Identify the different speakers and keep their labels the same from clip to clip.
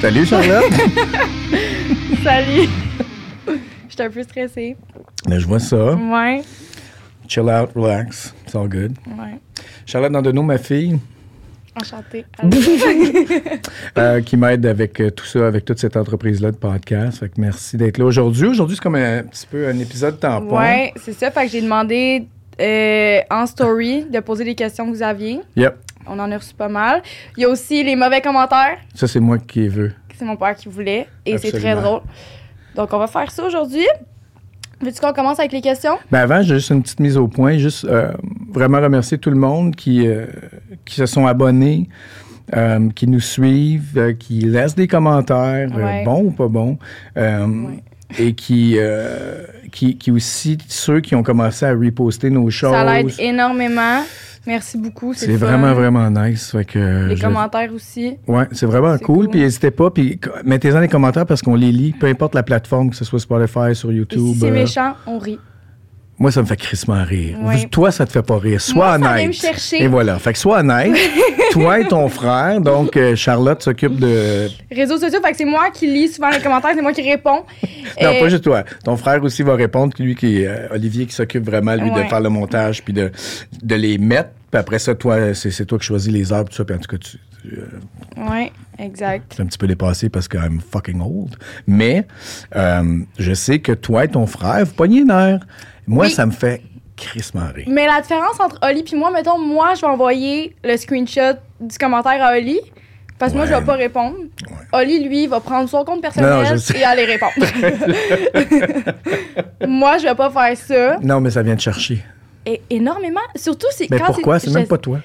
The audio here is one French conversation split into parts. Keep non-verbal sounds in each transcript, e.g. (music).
Speaker 1: Salut (laughs) Charlotte.
Speaker 2: (laughs) Salut. Je suis un peu stressée.
Speaker 1: Là, Ben, je vois ça.
Speaker 2: Ouais.
Speaker 1: Chill out, relax. It's all good.
Speaker 2: Ouais.
Speaker 1: Charlotte Nandono, ma fille,
Speaker 2: Enchantée.
Speaker 1: euh, qui m'aide avec euh, tout ça, avec toute cette entreprise-là de podcast. Fait que merci d'être là aujourd'hui. Aujourd'hui, c'est comme un petit peu un épisode tampon.
Speaker 2: ouais, c'est ça. Fait que j'ai demandé euh, en story de poser les questions que vous aviez.
Speaker 1: Yep.
Speaker 2: On en a reçu pas mal. Il y a aussi les mauvais commentaires.
Speaker 1: Ça, c'est moi qui veux.
Speaker 2: que C'est mon père qui voulait. Et c'est très
Speaker 1: Absolument.
Speaker 2: drôle. Donc, on va faire ça aujourd'hui. Veux-tu qu'on commence avec les questions?
Speaker 1: Ben avant, j'ai juste une petite mise au point, juste euh, vraiment remercier tout le monde qui, euh, qui se sont abonnés, euh, qui nous suivent, euh, qui laissent des commentaires, euh,
Speaker 2: Ouais.
Speaker 1: bons ou pas bons, euh, et qui, euh, qui, qui aussi ceux qui ont commencé à reposter nos choses.
Speaker 2: Ça l'aide énormément. Merci beaucoup.
Speaker 1: C'est
Speaker 2: le fun.
Speaker 1: vraiment, vraiment nice. Fait que
Speaker 2: Les
Speaker 1: je-
Speaker 2: commentaires aussi.
Speaker 1: Ouais, c'est vraiment
Speaker 2: C'est
Speaker 1: cool.
Speaker 2: cool.
Speaker 1: Puis n'hésitez pas, puis co- mettez-en les commentaires parce qu'on les lit, peu importe la plateforme, que ce soit Spotify, sur
Speaker 2: Et si
Speaker 1: YouTube.
Speaker 2: c'est
Speaker 1: euh,
Speaker 2: méchant, on rit.
Speaker 1: Moi, ça me fait crissement rire.
Speaker 2: Ouais.
Speaker 1: Vous- Toi, ça te fait pas rire. Sois
Speaker 2: Moi, ça vient
Speaker 1: honnête.
Speaker 2: me chercher.
Speaker 1: Et voilà. Fait que sois
Speaker 2: (laughs)
Speaker 1: honnête. Toi et ton frère, donc euh, Charlotte s'occupe de.
Speaker 2: réseaux sociaux. Fait que c'est moi qui lis souvent les commentaires, c'est moi qui réponds.
Speaker 1: Non,
Speaker 2: Euh,
Speaker 1: pas juste toi. Ton frère aussi va répondre, lui qui est euh, Olivier qui s'occupe vraiment lui de
Speaker 2: Ouais.
Speaker 1: faire le montage puis de, de les mettre. Puis après ça, toi, c'est c'est toi qui choisis les heures puis tout ça. Puis en tout cas, tu, tu, euh,
Speaker 2: Ouais, exact.
Speaker 1: t'es un petit peu dépassé parce que I'm fucking old. Mais euh, je sais que toi et ton frère, vous pognez une heure. Moi,
Speaker 2: Oui.
Speaker 1: ça me fait crissement rire.
Speaker 2: Mais la différence entre Oli puis moi, mettons, moi, je vais envoyer le screenshot du commentaire à Oli. Parce que moi, je
Speaker 1: Ouais.
Speaker 2: vais pas répondre.
Speaker 1: Ouais.
Speaker 2: Oli, lui, va prendre son compte
Speaker 1: Non, non, je
Speaker 2: personnel
Speaker 1: sais.
Speaker 2: et
Speaker 1: (laughs)
Speaker 2: aller répondre. moi, je vais pas faire ça.
Speaker 1: Non, mais ça vient te chercher.
Speaker 2: Et énormément. Surtout, c'est
Speaker 1: Mais
Speaker 2: quand
Speaker 1: pourquoi? C'est
Speaker 2: je-
Speaker 1: même pas toi.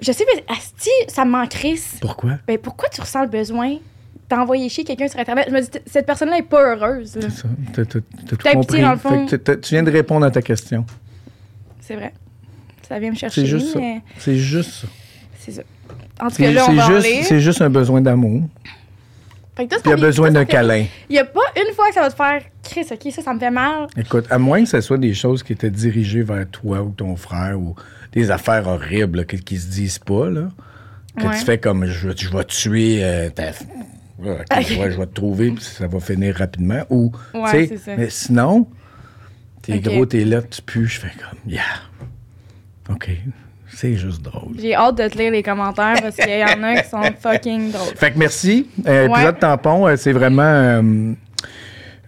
Speaker 2: Je sais, mais Asti, ça me manque, Chris.
Speaker 1: Pourquoi?
Speaker 2: Ben, pourquoi tu ressens le besoin d'envoyer chier quelqu'un sur Internet? Je me dis, t- cette personne-là est pas heureuse. là.
Speaker 1: Ça, t'as- t'as- t'as tout
Speaker 2: T'as
Speaker 1: compris.
Speaker 2: pitié, dans le fond.
Speaker 1: Fait que t'as- t'as- tu viens de répondre à ta question.
Speaker 2: C'est vrai. Ça vient me chercher.
Speaker 1: C'est juste ça.
Speaker 2: mais
Speaker 1: C'est juste ça.
Speaker 2: C'est ça. En tout cas,
Speaker 1: C'est
Speaker 2: là, on
Speaker 1: c'est
Speaker 2: va en
Speaker 1: juste,
Speaker 2: lire.
Speaker 1: c'est juste un besoin d'amour.
Speaker 2: Fait que toi, ça
Speaker 1: Puis il y a
Speaker 2: vient-
Speaker 1: besoin
Speaker 2: toi, ça
Speaker 1: d'un
Speaker 2: fait-
Speaker 1: câlin.
Speaker 2: Il n'y a pas une fois que ça va te faire Chris, OK, ça, ça me fait mal.
Speaker 1: Écoute, à moins que ce soit des choses qui étaient dirigées vers toi ou ton frère ou des affaires horribles là, que- qui se disent pas, là, que
Speaker 2: Ouais.
Speaker 1: tu fais comme je, je vais tuer euh, ta. f- Ouais, ok,
Speaker 2: Ok.
Speaker 1: ouais, je vais te trouver, puis ça va finir rapidement. Ou, tu
Speaker 2: Ouais,
Speaker 1: sais,
Speaker 2: c'est ça.
Speaker 1: mais sinon, t'es
Speaker 2: Ok.
Speaker 1: gros, t'es là, tu pues, je fais comme, yeah. OK, c'est juste drôle.
Speaker 2: J'ai hâte de te lire les commentaires parce qu'il y en a qui sont fucking drôles.
Speaker 1: Fait que merci. Euh,
Speaker 2: Ouais.
Speaker 1: Épisode tampon, euh, c'est vraiment euh,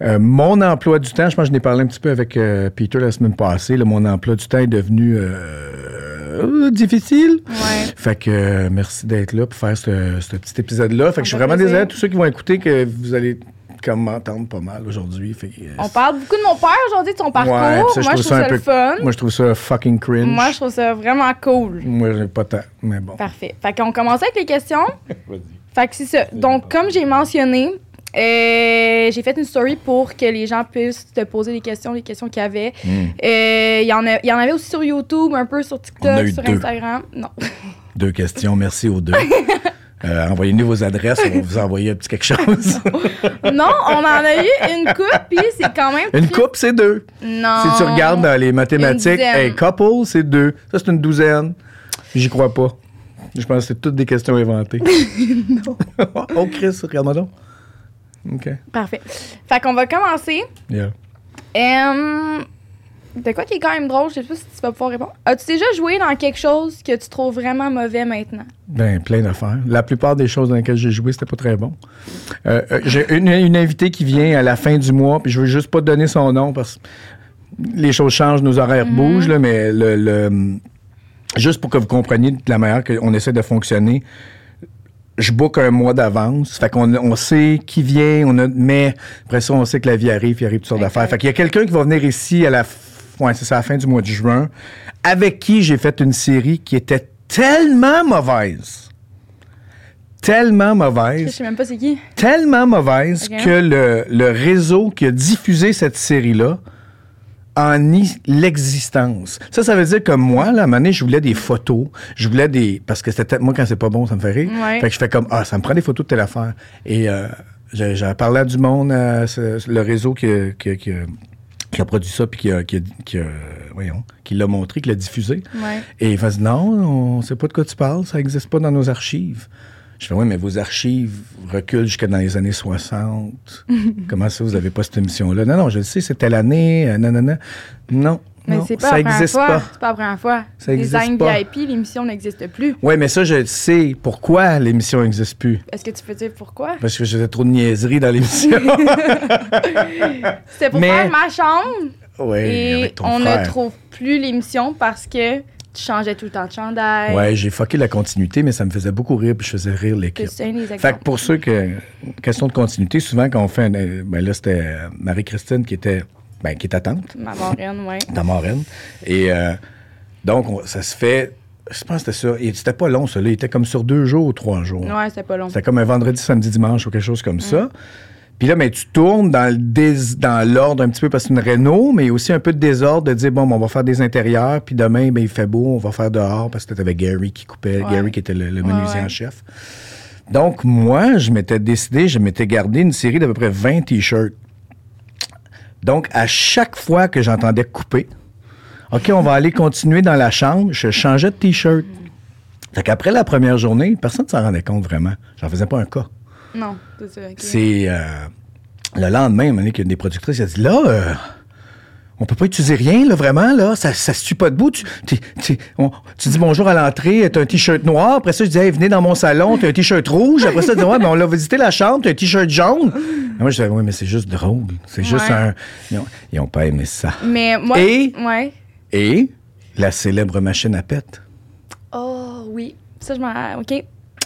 Speaker 1: euh, mon emploi du temps. Je pense que je n'ai parlé un petit peu avec euh, Peter la semaine passée. là. mon emploi du temps est devenu euh, euh, difficile.
Speaker 2: Ouais.
Speaker 1: Fait que euh, merci d'être là pour faire ce, ce petit épisode-là. Fait que je suis
Speaker 2: me fait
Speaker 1: vraiment
Speaker 2: plaisir.
Speaker 1: désolé à tous ceux qui vont écouter que vous allez comme m'entendre pas mal aujourd'hui. Fait que, euh,
Speaker 2: On parle beaucoup de mon père aujourd'hui, de son parcours.
Speaker 1: ouais, puis ça,
Speaker 2: moi, je trouve ça,
Speaker 1: un
Speaker 2: le
Speaker 1: peu-
Speaker 2: fun.
Speaker 1: Moi, je trouve ça fucking cringe.
Speaker 2: Moi, je trouve ça vraiment cool.
Speaker 1: Moi, j'ai pas tant, mais bon.
Speaker 2: Parfait. Fait qu'on commence avec les questions.
Speaker 1: Vas-y.
Speaker 2: Fait que c'est ça. Donc, comme j'ai mentionné, euh, j'ai fait une story pour que les gens puissent te poser des questions, les questions qu'il y avait.
Speaker 1: Mm.
Speaker 2: Euh, Il y, en a- il y en avait aussi sur YouTube, un peu sur
Speaker 1: On a
Speaker 2: TikTok,
Speaker 1: eu
Speaker 2: sur
Speaker 1: deux.
Speaker 2: Instagram. Non.
Speaker 1: Deux questions, merci aux deux. Euh, Envoyez-nous vos adresses, on va vous envoyer un petit quelque chose.
Speaker 2: non, on en a eu une coupe, puis c'est quand même.
Speaker 1: une
Speaker 2: très-
Speaker 1: coupe, c'est deux.
Speaker 2: Non.
Speaker 1: Si tu regardes euh. dans les mathématiques,
Speaker 2: dizaine.
Speaker 1: un couple, c'est deux. Ça, c'est une douzaine. J'y crois pas. Je pense que c'est toutes des questions inventées. non. (laughs) oh, Chris, regarde-moi donc. OK.
Speaker 2: Parfait. Fait qu'on va commencer.
Speaker 1: Yeah.
Speaker 2: Euh, de quoi qui est quand même drôle, je sais pas si tu vas pouvoir répondre. As-tu déjà joué dans quelque chose que tu trouves vraiment mauvais maintenant?
Speaker 1: Ben, plein d'affaires. La plupart des choses dans lesquelles j'ai joué, c'était pas très bon. Euh, euh, j'ai une, une invitée qui vient à la fin du mois, puis je veux juste pas donner son nom parce que les choses changent, nos horaires bougent, là, mais le, le- juste pour que vous compreniez de la manière qu'on essaie de fonctionner, je book un mois d'avance. Fait qu'on on sait qui vient, on a, mais après ça, on sait que la vie arrive, puis il arrive toutes sortes
Speaker 2: Exact.
Speaker 1: d'affaires. Fait qu'il y a quelqu'un qui va venir ici à la, f- ouais, c'est ça, à la fin du mois de juin, avec qui j'ai fait une série qui était tellement mauvaise. Tellement
Speaker 2: Je
Speaker 1: mauvaise
Speaker 2: sais même pas c'est qui.
Speaker 1: tellement mauvaise
Speaker 2: Ok.
Speaker 1: que le, le réseau qui a diffusé cette série-là en nie l'existence. Ça, ça veut dire que moi, là, à un moment donné, je voulais des photos, je voulais des... Parce que c'était... Moi, quand c'est pas bon, ça me fait rire.
Speaker 2: Ouais.
Speaker 1: Fait que je fais comme, ah, ça me prend des photos de telle affaire. Et euh, j'ai j'ai parlé à du monde, à ce- le réseau qui, a- qui a- qui a- qui a produit ça, puis qui a- qui a- qui a- voyons, qui l'a montré, qui l'a diffusé.
Speaker 2: Ouais.
Speaker 1: Et il va dire, non, on sait pas de quoi tu parles, ça n'existe pas dans nos archives. Je fais, oui, mais vos archives reculent jusque dans les années 60.
Speaker 2: (laughs)
Speaker 1: Comment ça, vous n'avez pas cette émission-là? Non, non, je le sais, c'est telle année, euh, nanana. Non,
Speaker 2: Mais
Speaker 1: non,
Speaker 2: c'est pas,
Speaker 1: ça
Speaker 2: la première
Speaker 1: n'existe
Speaker 2: fois.
Speaker 1: pas.
Speaker 2: C'est pas la première fois.
Speaker 1: Ça
Speaker 2: Les
Speaker 1: existe
Speaker 2: Design
Speaker 1: pas.
Speaker 2: VIP, l'émission n'existe plus.
Speaker 1: Oui, mais ça, je le sais. Pourquoi l'émission n'existe plus?
Speaker 2: Est-ce que tu peux dire pourquoi?
Speaker 1: Parce que j'étais trop de niaiseries dans
Speaker 2: (laughs)
Speaker 1: l'émission.
Speaker 2: C'était pour
Speaker 1: Mais-
Speaker 2: faire ma chambre
Speaker 1: oui,
Speaker 2: et
Speaker 1: avec ton
Speaker 2: on
Speaker 1: frère.
Speaker 2: ne trouve plus l'émission parce que tu changeais tout le temps de chandail.
Speaker 1: Ouais, j'ai fucké la continuité, mais ça me faisait beaucoup rire, puis je faisais rire l'équipe.
Speaker 2: C'est un des
Speaker 1: Fait que
Speaker 2: exemples.
Speaker 1: pour ceux que. Question de continuité, souvent quand on fait. un- euh, ben là, c'était euh, Marie-Christine qui était. Ben, qui est tante,
Speaker 2: Ma marraine, ouais.
Speaker 1: dans Moraine. Et euh, donc, on- ça se fait. Je pense que c'était ça. Et c'était pas long, ça. Là. Il était comme sur deux jours ou trois jours.
Speaker 2: Ouais, c'était pas long.
Speaker 1: C'était comme un vendredi, samedi, dimanche ou quelque chose comme ça. Puis là, mais tu tournes dans le dés- dans l'ordre un petit peu parce que c'est une réno, mais aussi un peu de désordre de dire bon, ben, on va faire des intérieurs, puis demain, ben, il fait beau, on va faire dehors parce que t'avais Gary qui coupait,
Speaker 2: Ouais.
Speaker 1: Gary qui était le, le
Speaker 2: Ouais,
Speaker 1: menuisier
Speaker 2: ouais.
Speaker 1: en chef. Donc, moi, je m'étais décidé, je m'étais gardé une série d'à peu près 20 t-shirts. Donc, à chaque fois que j'entendais couper, OK, on va aller continuer dans la chambre, je changeais de t-shirt. Fait qu'après la première journée, personne ne s'en rendait compte vraiment. J'en faisais pas un cas.
Speaker 2: Non, c'est ça. ok.
Speaker 1: C'est euh, le lendemain, il y a une des productrices qui a dit là, euh, on peut pas utiliser rien, là, vraiment, là, ça, ça se tue pas debout. Tu, t'es- t'es- on- tu dis bonjour à l'entrée, t'as un t-shirt noir, après ça, je dis hey, venez dans mon salon, t'as un t-shirt rouge, après ça, tu dis ouais, mais on l'a visité la chambre, t'as un t-shirt jaune. Et moi, je dis oui, mais c'est juste drôle, c'est juste
Speaker 2: Ouais.
Speaker 1: un. Ils ont, ils ont pas aimé ça.
Speaker 2: Mais moi.
Speaker 1: Et-
Speaker 2: Ouais.
Speaker 1: Et la célèbre machine à pète.
Speaker 2: Oh, oui. Ça, je m'en. Ok.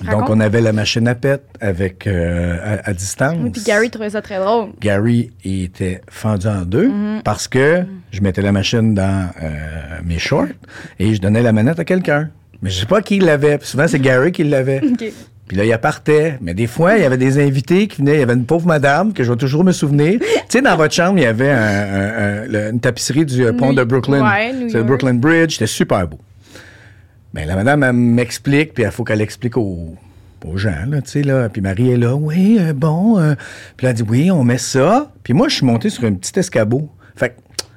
Speaker 1: Donc, on avait la machine à pète avec, euh, à, à distance.
Speaker 2: Oui, puis Gary trouvait ça très drôle.
Speaker 1: Gary il était fendu en deux parce que je mettais la machine dans euh, mes shorts et je donnais la manette à quelqu'un. Mais je sais pas qui l'avait. Puis Souvent, c'est Gary qui l'avait.
Speaker 2: Ok.
Speaker 1: Puis là, il partait. Mais des fois, il y avait des invités qui venaient. Il y avait une pauvre madame que je vais toujours me souvenir. tu sais, dans votre chambre, il y avait un- un- un- le- une tapisserie du euh, pont
Speaker 2: New-
Speaker 1: de Brooklyn.
Speaker 2: ouais, New
Speaker 1: c'est le
Speaker 2: York.
Speaker 1: Brooklyn Bridge. C'était super beau. Mais la madame, elle m'explique, puis il faut qu'elle explique aux, aux gens, là, tu sais, là. Puis Marie est là, oui, euh, bon. euh. Puis elle dit, oui, on met ça. Puis moi, je suis monté sur un petit escabeau. Fait que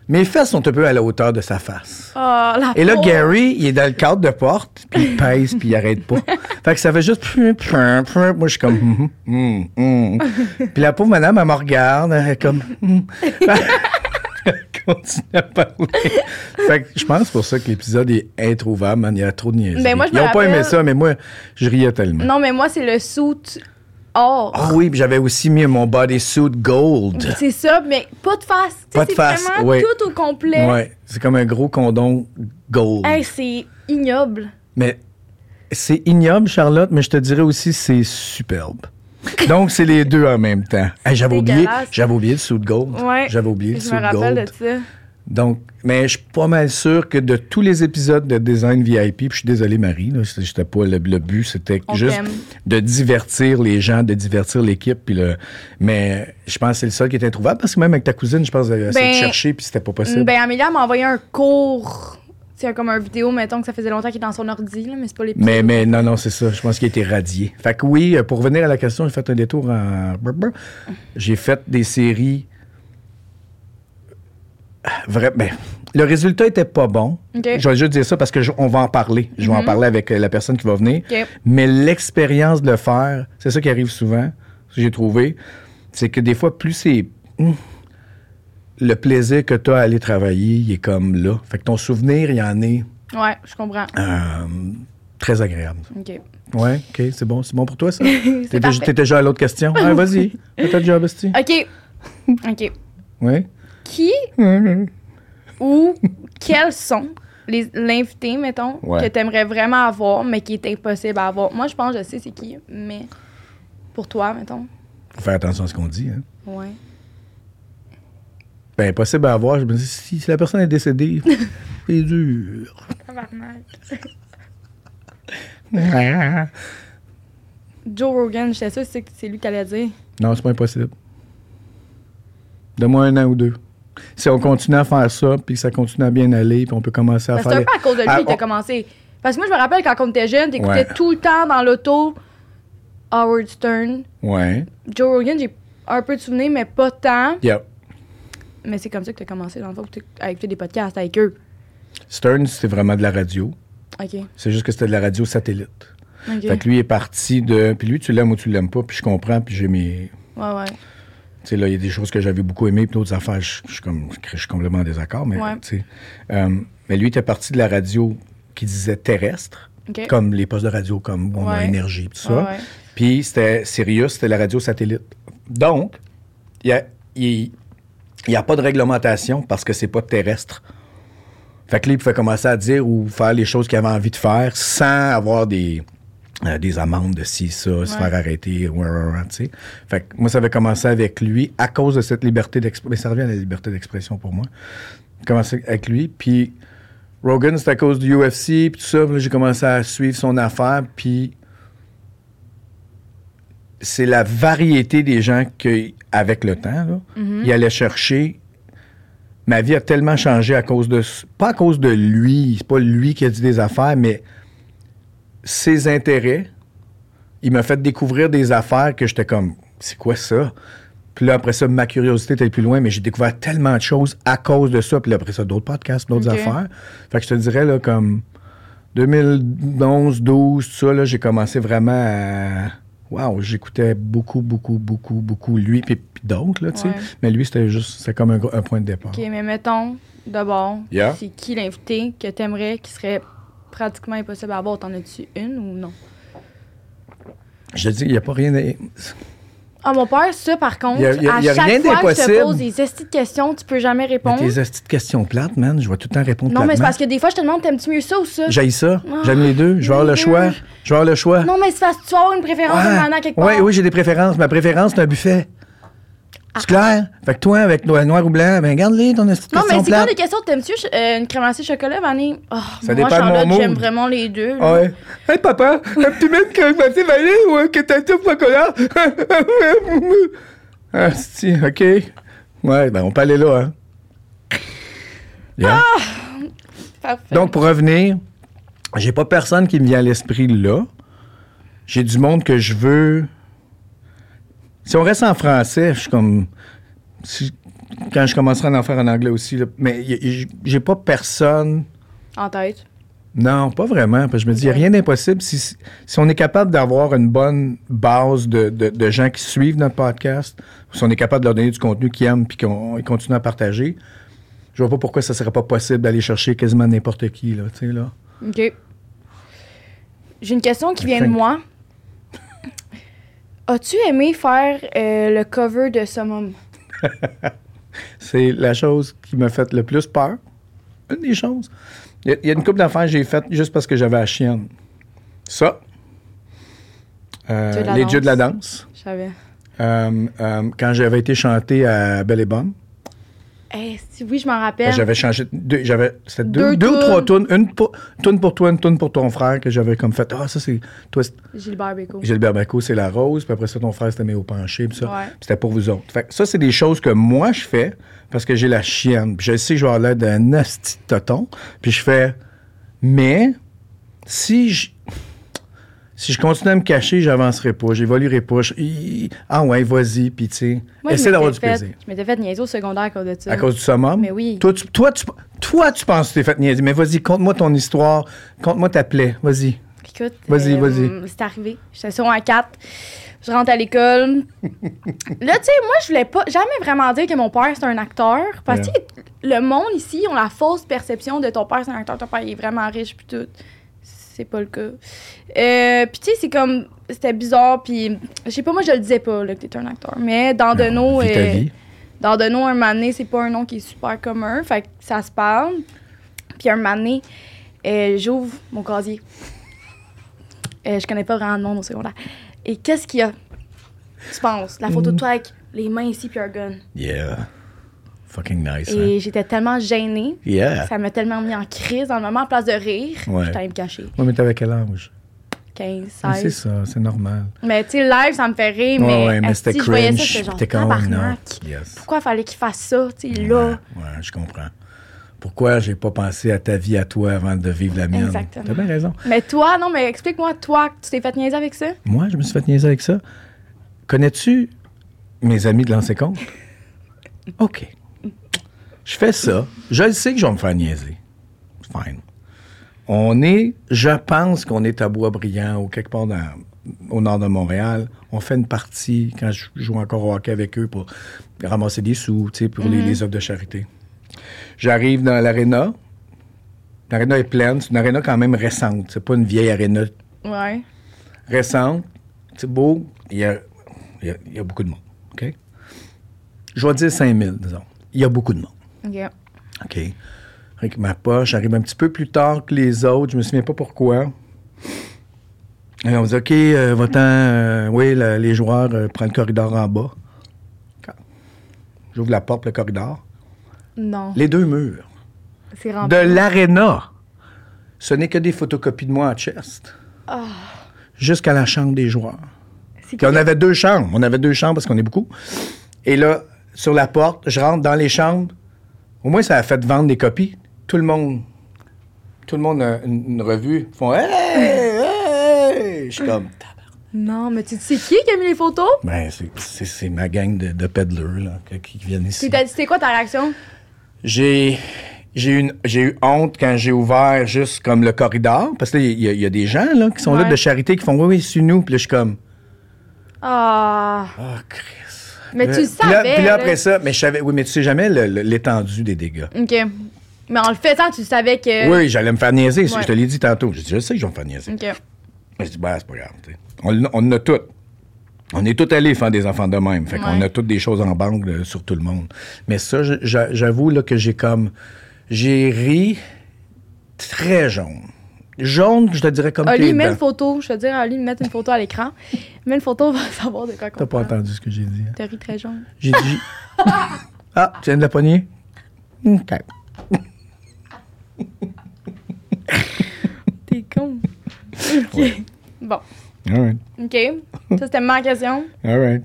Speaker 1: mes fesses sont un peu à la hauteur de sa face.
Speaker 2: Oh, la
Speaker 1: Et là,
Speaker 2: pauvre.
Speaker 1: Gary, il est dans le cadre de porte, puis il pèse, puis il arrête
Speaker 2: (laughs)
Speaker 1: pas. Fait que ça fait juste... pfff, pfff, pfff. Moi, je suis comme... hum, hum, hum,
Speaker 2: (laughs)
Speaker 1: hum. Puis la pauvre madame, elle me regarde, elle est comme... hum. (laughs) Elle continue à parler. Fait que je pense pour ça que l'épisode est introuvable, man. Il y a trop de niaiseries.
Speaker 2: Ben, moi, je
Speaker 1: Ils
Speaker 2: me
Speaker 1: ont pas aimé
Speaker 2: rappelle-
Speaker 1: ça, mais moi, je riais tellement.
Speaker 2: Non, mais moi, c'est le suit or.
Speaker 1: Ah oui, puis j'avais aussi mis mon bodysuit gold.
Speaker 2: C'est ça, mais pas de face. Tu sais,
Speaker 1: Pas de
Speaker 2: c'est
Speaker 1: face,
Speaker 2: Vraiment
Speaker 1: ouais.
Speaker 2: tout au complet.
Speaker 1: Ouais, c'est comme un gros condom gold.
Speaker 2: Hey, c'est ignoble.
Speaker 1: Mais c'est ignoble, Charlotte, mais je te dirais aussi c'est superbe.
Speaker 2: (laughs)
Speaker 1: Donc, c'est les deux en même temps. Hey, j'avais oublié,
Speaker 2: Dégueulasse.
Speaker 1: j'avais oublié le sou de gold.
Speaker 2: Ouais.
Speaker 1: J'avais oublié le
Speaker 2: Je
Speaker 1: sou
Speaker 2: me
Speaker 1: de
Speaker 2: rappelle
Speaker 1: gold.
Speaker 2: de ça.
Speaker 1: Donc, mais je suis pas mal sûr que de tous les épisodes de Design VIP, puis je suis désolé, Marie, là, c'était- j'étais pas le, le but, c'était
Speaker 2: On
Speaker 1: juste
Speaker 2: t'aime.
Speaker 1: de divertir les gens, de divertir l'équipe, puis le. Mais je pense que c'est le seul qui était introuvable parce que même avec ta cousine, je pense, elle a essayé de
Speaker 2: Ben,
Speaker 1: chercher, puis c'était pas possible.
Speaker 2: Ben, Amélia m'a envoyé un cours. C'est comme un vidéo, mettons, que ça faisait longtemps qu'il est dans son ordi, là, mais c'est pas les
Speaker 1: Mais, mais non, non, c'est ça. Je pense qu'il a été radié. Fait que oui, euh, pour revenir à la question, j'ai fait un détour en. brr, brr. J'ai fait des séries. Vrai, ben, le résultat était pas bon.
Speaker 2: OK. Mm-hmm.
Speaker 1: Je vais juste dire ça parce qu'on va en parler. Je vais en parler avec euh, la personne qui va venir.
Speaker 2: OK.
Speaker 1: Mais l'expérience de le faire, c'est ça qui arrive souvent, ce que j'ai trouvé. C'est que des fois, plus c'est. Hum, Le plaisir que tu as à aller travailler, il est comme là. Fait que ton souvenir, il en est
Speaker 2: Ouais, je comprends.
Speaker 1: euh, très agréable.
Speaker 2: OK.
Speaker 1: Ouais, OK, c'est bon. C'est bon pour toi,
Speaker 2: (laughs)
Speaker 1: ça? T'es déjà-
Speaker 2: parfait.
Speaker 1: T'es déjà à l'autre question? Ouais, vas-y. Fais ta job, Esti.
Speaker 2: OK. OK.
Speaker 1: Ouais.
Speaker 2: Qui Mm-hmm. ou quels sont les- l'invité, mettons,
Speaker 1: Ouais.
Speaker 2: que t'aimerais vraiment avoir, mais qui est impossible à avoir? Moi, je pense que je sais c'est qui, mais pour toi, mettons.
Speaker 1: Faut faire attention à ce qu'on dit, hein.
Speaker 2: Ouais.
Speaker 1: Ben, impossible à avoir. Je me dis, si, si la personne est
Speaker 2: (laughs)
Speaker 1: décédée, c'est dur. non,
Speaker 2: Joe Rogan, j'étais sûre que c'est lui qui allait dire.
Speaker 1: c'est pas impossible. Donne-moi un an ou deux. Si on continue à faire ça, puis que ça continue à bien aller, puis on peut commencer à
Speaker 2: Parce que Ben, c'est
Speaker 1: faire...
Speaker 2: un peu à cause de lui
Speaker 1: Ah,
Speaker 2: que t'as
Speaker 1: on-
Speaker 2: commencé. Parce que moi, je me rappelle quand on était jeune, t'écoutais
Speaker 1: Ouais.
Speaker 2: tout le temps dans l'auto Howard Stern.
Speaker 1: Ouais.
Speaker 2: Joe Rogan, j'ai un peu de souvenirs, mais pas tant.
Speaker 1: Yeah.
Speaker 2: Mais c'est comme ça que t'as commencé, dans le fond, que t'as- à écouter des podcasts avec eux.
Speaker 1: Stern, c'était vraiment de la radio.
Speaker 2: OK.
Speaker 1: C'est juste que c'était de la radio satellite.
Speaker 2: Ok.
Speaker 1: Fait que lui est parti de. Puis lui, tu l'aimes ou tu l'aimes pas, puis je comprends, puis j'ai mes.
Speaker 2: Ouais, ouais.
Speaker 1: Tu sais, là, il y a des choses que j'avais beaucoup aimées, puis d'autres affaires, je je suis comme, je suis complètement en désaccord, mais,
Speaker 2: Ouais.
Speaker 1: tu sais. Euh, mais lui était parti de la radio qui disait terrestre,
Speaker 2: OK.
Speaker 1: comme les postes de radio comme bon,
Speaker 2: Ouais.
Speaker 1: énergie, tout ça.
Speaker 2: Ouais, ouais.
Speaker 1: Puis c'était Sirius, c'était la radio satellite. Donc, il n'y a, il- il y a pas de réglementation parce que c'est pas terrestre. Fait que là, il pouvait commencer à dire ou faire les choses qu'il avait envie de faire sans avoir des, euh, des amendes de ci, ça, se
Speaker 2: Ouais.
Speaker 1: faire arrêter, ouin, ouin, ouin, tu sais. Fait que moi, ça avait commencé avec lui à cause de cette liberté d'expression. Mais ça revient à la liberté d'expression pour moi. Commencé avec lui, puis Rogan, c'était à cause du UFC, puis tout ça. Puis là, j'ai commencé à suivre son affaire, puis c'est la variété des gens que, avec le temps, là, ils allaient chercher. Ma vie a tellement changé à cause de... s- Pas à cause de lui, c'est pas lui qui a dit des affaires, mais ses intérêts. Il m'a fait découvrir des affaires que j'étais comme, c'est quoi ça? Puis là, après ça, ma curiosité était plus loin, mais j'ai découvert tellement de choses à cause de ça. Puis là, après ça, d'autres podcasts, d'autres
Speaker 2: Ok.
Speaker 1: affaires. Fait que je te dirais, là, comme 2011, 12, tout ça, là, j'ai commencé vraiment à. Waouh, j'écoutais beaucoup, beaucoup, beaucoup, beaucoup lui, puis, puis d'autres, là, tu sais.
Speaker 2: Ouais.
Speaker 1: Mais lui, c'était juste, c'était comme un, gros- un point de départ.
Speaker 2: OK, mais mettons, d'abord,
Speaker 1: Yeah.
Speaker 2: c'est qui l'invité que t'aimerais qui serait pratiquement impossible à avoir? T'en as-tu une ou non?
Speaker 1: Je te dis, il n'y a pas rien. de-
Speaker 2: Ah, mon père, ça, par contre,
Speaker 1: Il y a- il y a-
Speaker 2: à
Speaker 1: il y a
Speaker 2: chaque
Speaker 1: rien
Speaker 2: fois que je te
Speaker 1: d'impossible.
Speaker 2: pose des estis de questions, tu peux jamais
Speaker 1: Mais
Speaker 2: répondre.
Speaker 1: tes astuces de questions plates, man, je vais tout le temps répondre
Speaker 2: Non, mais c'est
Speaker 1: platement.
Speaker 2: parce que des fois, je te demande, t'aimes-tu mieux ça ou ça?
Speaker 1: J'aille ça.
Speaker 2: Ah,
Speaker 1: J'aime les deux. Je vais avoir le
Speaker 2: les
Speaker 1: choix.
Speaker 2: deux.
Speaker 1: Je vais avoir le choix.
Speaker 2: Non, mais c'est parce que tu vas avoir une préférence
Speaker 1: Ah,
Speaker 2: en allant quelque part. Ah.
Speaker 1: ouais, oui, j'ai des préférences. Ma préférence, c'est un buffet. C'est clair? Fait que toi, avec no- noir ou blanc, ben garde-les, ton astuce de
Speaker 2: Non, mais
Speaker 1: questions
Speaker 2: c'est quoi
Speaker 1: plates.
Speaker 2: des questions? T'aimes-tu euh, une crémancée chocolat, Vanille? Oh,
Speaker 1: Ça
Speaker 2: moi,
Speaker 1: dépend de mon
Speaker 2: Charlotte,
Speaker 1: mood.
Speaker 2: j'aime vraiment les deux. là.
Speaker 1: Ouais. Hey, papa, un petit mètre que ma petite vanille ou un que t'as tout chocolat? (laughs) ah, si, OK. Ouais, ben on peut aller là, hein. Yeah.
Speaker 2: Parfait.
Speaker 1: Donc, pour revenir, j'ai pas personne qui me vient à l'esprit là. J'ai du monde que je veux. Si on reste en français, je suis comme. si- Quand je commencerai à en faire en anglais aussi, là, mais y- y- j'ai pas personne.
Speaker 2: En tête.
Speaker 1: Non, pas vraiment. Parce que je me dis, il n'y a
Speaker 2: Ok.
Speaker 1: rien d'impossible. Si, si on est capable d'avoir une bonne base de, de- de gens qui suivent notre podcast, si on est capable de leur donner du contenu qu'ils aiment puis qu'on ils continuent à partager, je vois pas pourquoi ça serait pas possible d'aller chercher quasiment n'importe qui, là, tu sais, là.
Speaker 2: OK. J'ai une question qui vient de
Speaker 1: Think.
Speaker 2: moi. As-tu aimé faire euh, le cover de Summum?
Speaker 1: C'est la chose qui m'a fait le plus peur. Une des choses. Il y a- il y, a une couple d'affaires que j'ai faites juste parce que j'avais la chienne. Ça. Euh,
Speaker 2: Dieu de la
Speaker 1: les
Speaker 2: danse.
Speaker 1: dieux de la danse.
Speaker 2: Je savais.
Speaker 1: Euh, euh, quand j'avais été chanté à Belle et Bonne,
Speaker 2: Eh, si oui, je m'en rappelle.
Speaker 1: Ben, J'avais changé. Deux, j'avais, c'était deux,
Speaker 2: Deux
Speaker 1: deux ou
Speaker 2: tunes.
Speaker 1: trois tunes. Une pour, toune pour toi, une toune pour ton frère que j'avais comme fait. Ah, ça, c'est. Toi, c'est-
Speaker 2: Gilbert Bécaud.
Speaker 1: Gilbert Bacot, c'est la rose. Puis après ça, ton frère, c'était Méo Penché. Puis ça,
Speaker 2: Ouais.
Speaker 1: puis c'était pour vous autres. Fait que ça, c'est des choses que moi, je fais parce que j'ai la chienne. Puis je sais que je vais avoir l'air d'un asti de toton. Puis je fais. Mais si je. Si je continue à me cacher, j'avancerai pas, j'évoluerai pas. Je- Hi- Ah ouais, vas-y, puis tu sais,
Speaker 2: Moi, je
Speaker 1: essaie d'avoir du
Speaker 2: m'étais fait-
Speaker 1: plaisir.
Speaker 2: Je m'étais fait niaiser au secondaire à cause de ça.
Speaker 1: À cause du summum?
Speaker 2: Mais oui.
Speaker 1: Toi, tu, toi, tu, toi, tu penses que t'es fait niaiser. Mais vas-y, conte-moi ton histoire. Conte-moi ta plaie. Vas-y.
Speaker 2: Écoute,
Speaker 1: Vas-y,
Speaker 2: euh,
Speaker 1: vas-y.
Speaker 2: C'est arrivé. J'étais sur un 4. Je rentre à l'école.
Speaker 1: (laughs)
Speaker 2: Là, tu sais, moi, je voulais pas jamais vraiment dire que mon père, c'est un acteur. Parce que
Speaker 1: Ouais.
Speaker 2: tu sais, le monde ici, ils ont la fausse perception de ton père, c'est un acteur. Ton père, il est vraiment riche, puis tout. C'est pas le cas. Euh, puis tu sais, c'est comme. C'était bizarre, puis je sais pas, moi, je le disais pas, là, que t'étais un acteur. Mais dans de nos.
Speaker 1: Vis ta
Speaker 2: euh,
Speaker 1: vie.
Speaker 2: dans de nom, un moment donné, c'est pas un nom qui est super commun. Fait que ça se parle. Puis un moment donné, euh, j'ouvre mon casier. Euh, je connais pas vraiment de monde au secondaire. Et qu'est-ce qu'il y a? Tu penses? La
Speaker 1: Mm.
Speaker 2: photo de toi avec les mains ici puis un gun.
Speaker 1: Yeah. Fucking nice. hein?
Speaker 2: Et j'étais tellement gênée.
Speaker 1: Yeah.
Speaker 2: Ça m'a tellement mis en crise dans le moment, en place de rire.
Speaker 1: Ah. Ouais.
Speaker 2: J'étais allée me cacher.
Speaker 1: Ouais, mais t'avais quel âge?
Speaker 2: 15,
Speaker 1: Mais c'est
Speaker 2: 16.
Speaker 1: ça, c'est normal.
Speaker 2: Mais tu sais, live, ça me fait rire.
Speaker 1: Ouais,
Speaker 2: mais
Speaker 1: ouais, mais c'était
Speaker 2: asti, je voyais ça,
Speaker 1: cringe.
Speaker 2: j'étais
Speaker 1: puis
Speaker 2: genre,
Speaker 1: T'es comme, oh, non.
Speaker 2: tabarnak.
Speaker 1: Yes.
Speaker 2: Pourquoi fallait qu'il fasse ça, tu sais, là?
Speaker 1: Ouais, ouais, je comprends. Pourquoi j'ai pas pensé à ta vie à toi avant de vivre la mienne?
Speaker 2: Exactement.
Speaker 1: T'as bien raison.
Speaker 2: Mais toi, non, mais explique-moi, toi, tu t'es fait niaiser avec ça?
Speaker 1: Moi, je me suis fait niaiser avec ça. Connais-tu mes amis de l'ancien compte? OK. Je fais ça. Je le sais que je vais me faire niaiser. Fine. On est, je pense qu'on est à Boisbriand ou quelque part dans- au nord de Montréal. On fait une partie quand je joue encore au hockey avec eux pour ramasser des sous, tu sais, pour les, les œuvres de charité. J'arrive dans l'aréna. L'aréna est pleine. C'est une aréna quand même récente. C'est pas une vieille aréna
Speaker 2: Ouais.
Speaker 1: récente. C'est beau. Il y a, il y a- il y a beaucoup de monde. OK? Je vais dire 5000, disons. Il y a beaucoup de monde.
Speaker 2: OK.
Speaker 1: OK. Avec ma poche, j'arrive un petit peu plus tard que les autres. Je me souviens pas pourquoi. Et on me dit, OK, euh, va-t'en. euh, oui, la- les joueurs euh, prennent le corridor en bas. Quand- J'ouvre la porte, le corridor.
Speaker 2: Non.
Speaker 1: Les deux murs
Speaker 2: C'est rempli.
Speaker 1: de l'aréna. Ce n'est que des photocopies de moi à chest. Jusqu'à la chambre des joueurs.
Speaker 2: C'est
Speaker 1: Puis on avait deux chambres. On avait deux chambres parce qu'on est beaucoup. Et là, sur la porte, je rentre dans les chambres. Au moins, ça a fait vendre des copies. Tout le monde, tout le monde a une, une revue. Ils font Hey! Hey! Je suis comme. Tabarnak.
Speaker 2: Non, mais tu sais qui qui a mis les photos?
Speaker 1: Ben, c'est- c'est c'est ma gang de, de peddlers là, qui, qui viennent ici.
Speaker 2: Puis t'as- C'était quoi ta réaction?
Speaker 1: J'ai j'ai eu, une- j'ai eu honte quand j'ai ouvert juste comme le corridor, parce que là, il y, a- il y a des gens là, qui sont là
Speaker 2: Ouais.
Speaker 1: de charité qui font Oui, oui, c'est nous. Puis là, je suis comme
Speaker 2: Ah.
Speaker 1: Ah, Chris.
Speaker 2: Mais tu
Speaker 1: Euh, Puis là-
Speaker 2: savais,
Speaker 1: Puis là,
Speaker 2: là.
Speaker 1: après ça, mais je savais, oui, mais tu sais jamais le- le- l'étendue des dégâts.
Speaker 2: OK. Mais en le faisant, tu savais que.
Speaker 1: Oui, j'allais me faire niaiser.
Speaker 2: Euh, Ouais.
Speaker 1: Je te l'ai dit tantôt. J'ai dit, je sais que je vais me faire niaiser.
Speaker 2: OK.
Speaker 1: Mais je dis, bah, c'est pas grave. tu sais. On, l'a- on en a toutes. On est tous allés faire des enfants de même. Fait qu'on
Speaker 2: Ouais.
Speaker 1: a toutes des choses en banque là, sur tout le monde. Mais ça, je- j'a- j'avoue là, que j'ai comme. J'ai ri très jaune. Jaune, je te dirais comme tes
Speaker 2: Oli, mets
Speaker 1: dents.
Speaker 2: une photo. Je veux dire, Oli, mettre une photo à l'écran. Mets une photo, on va savoir de quoi qu'on
Speaker 1: T'as pas
Speaker 2: parle.
Speaker 1: entendu ce que j'ai dit. hein?
Speaker 2: T'as ri très jaune.
Speaker 1: J'ai dit.
Speaker 2: (laughs)
Speaker 1: ah, tu viens de la poignée? OK.
Speaker 2: T'es con. OK. Bon.
Speaker 1: All right.
Speaker 2: OK. Ça, c'était ma question.
Speaker 1: All right.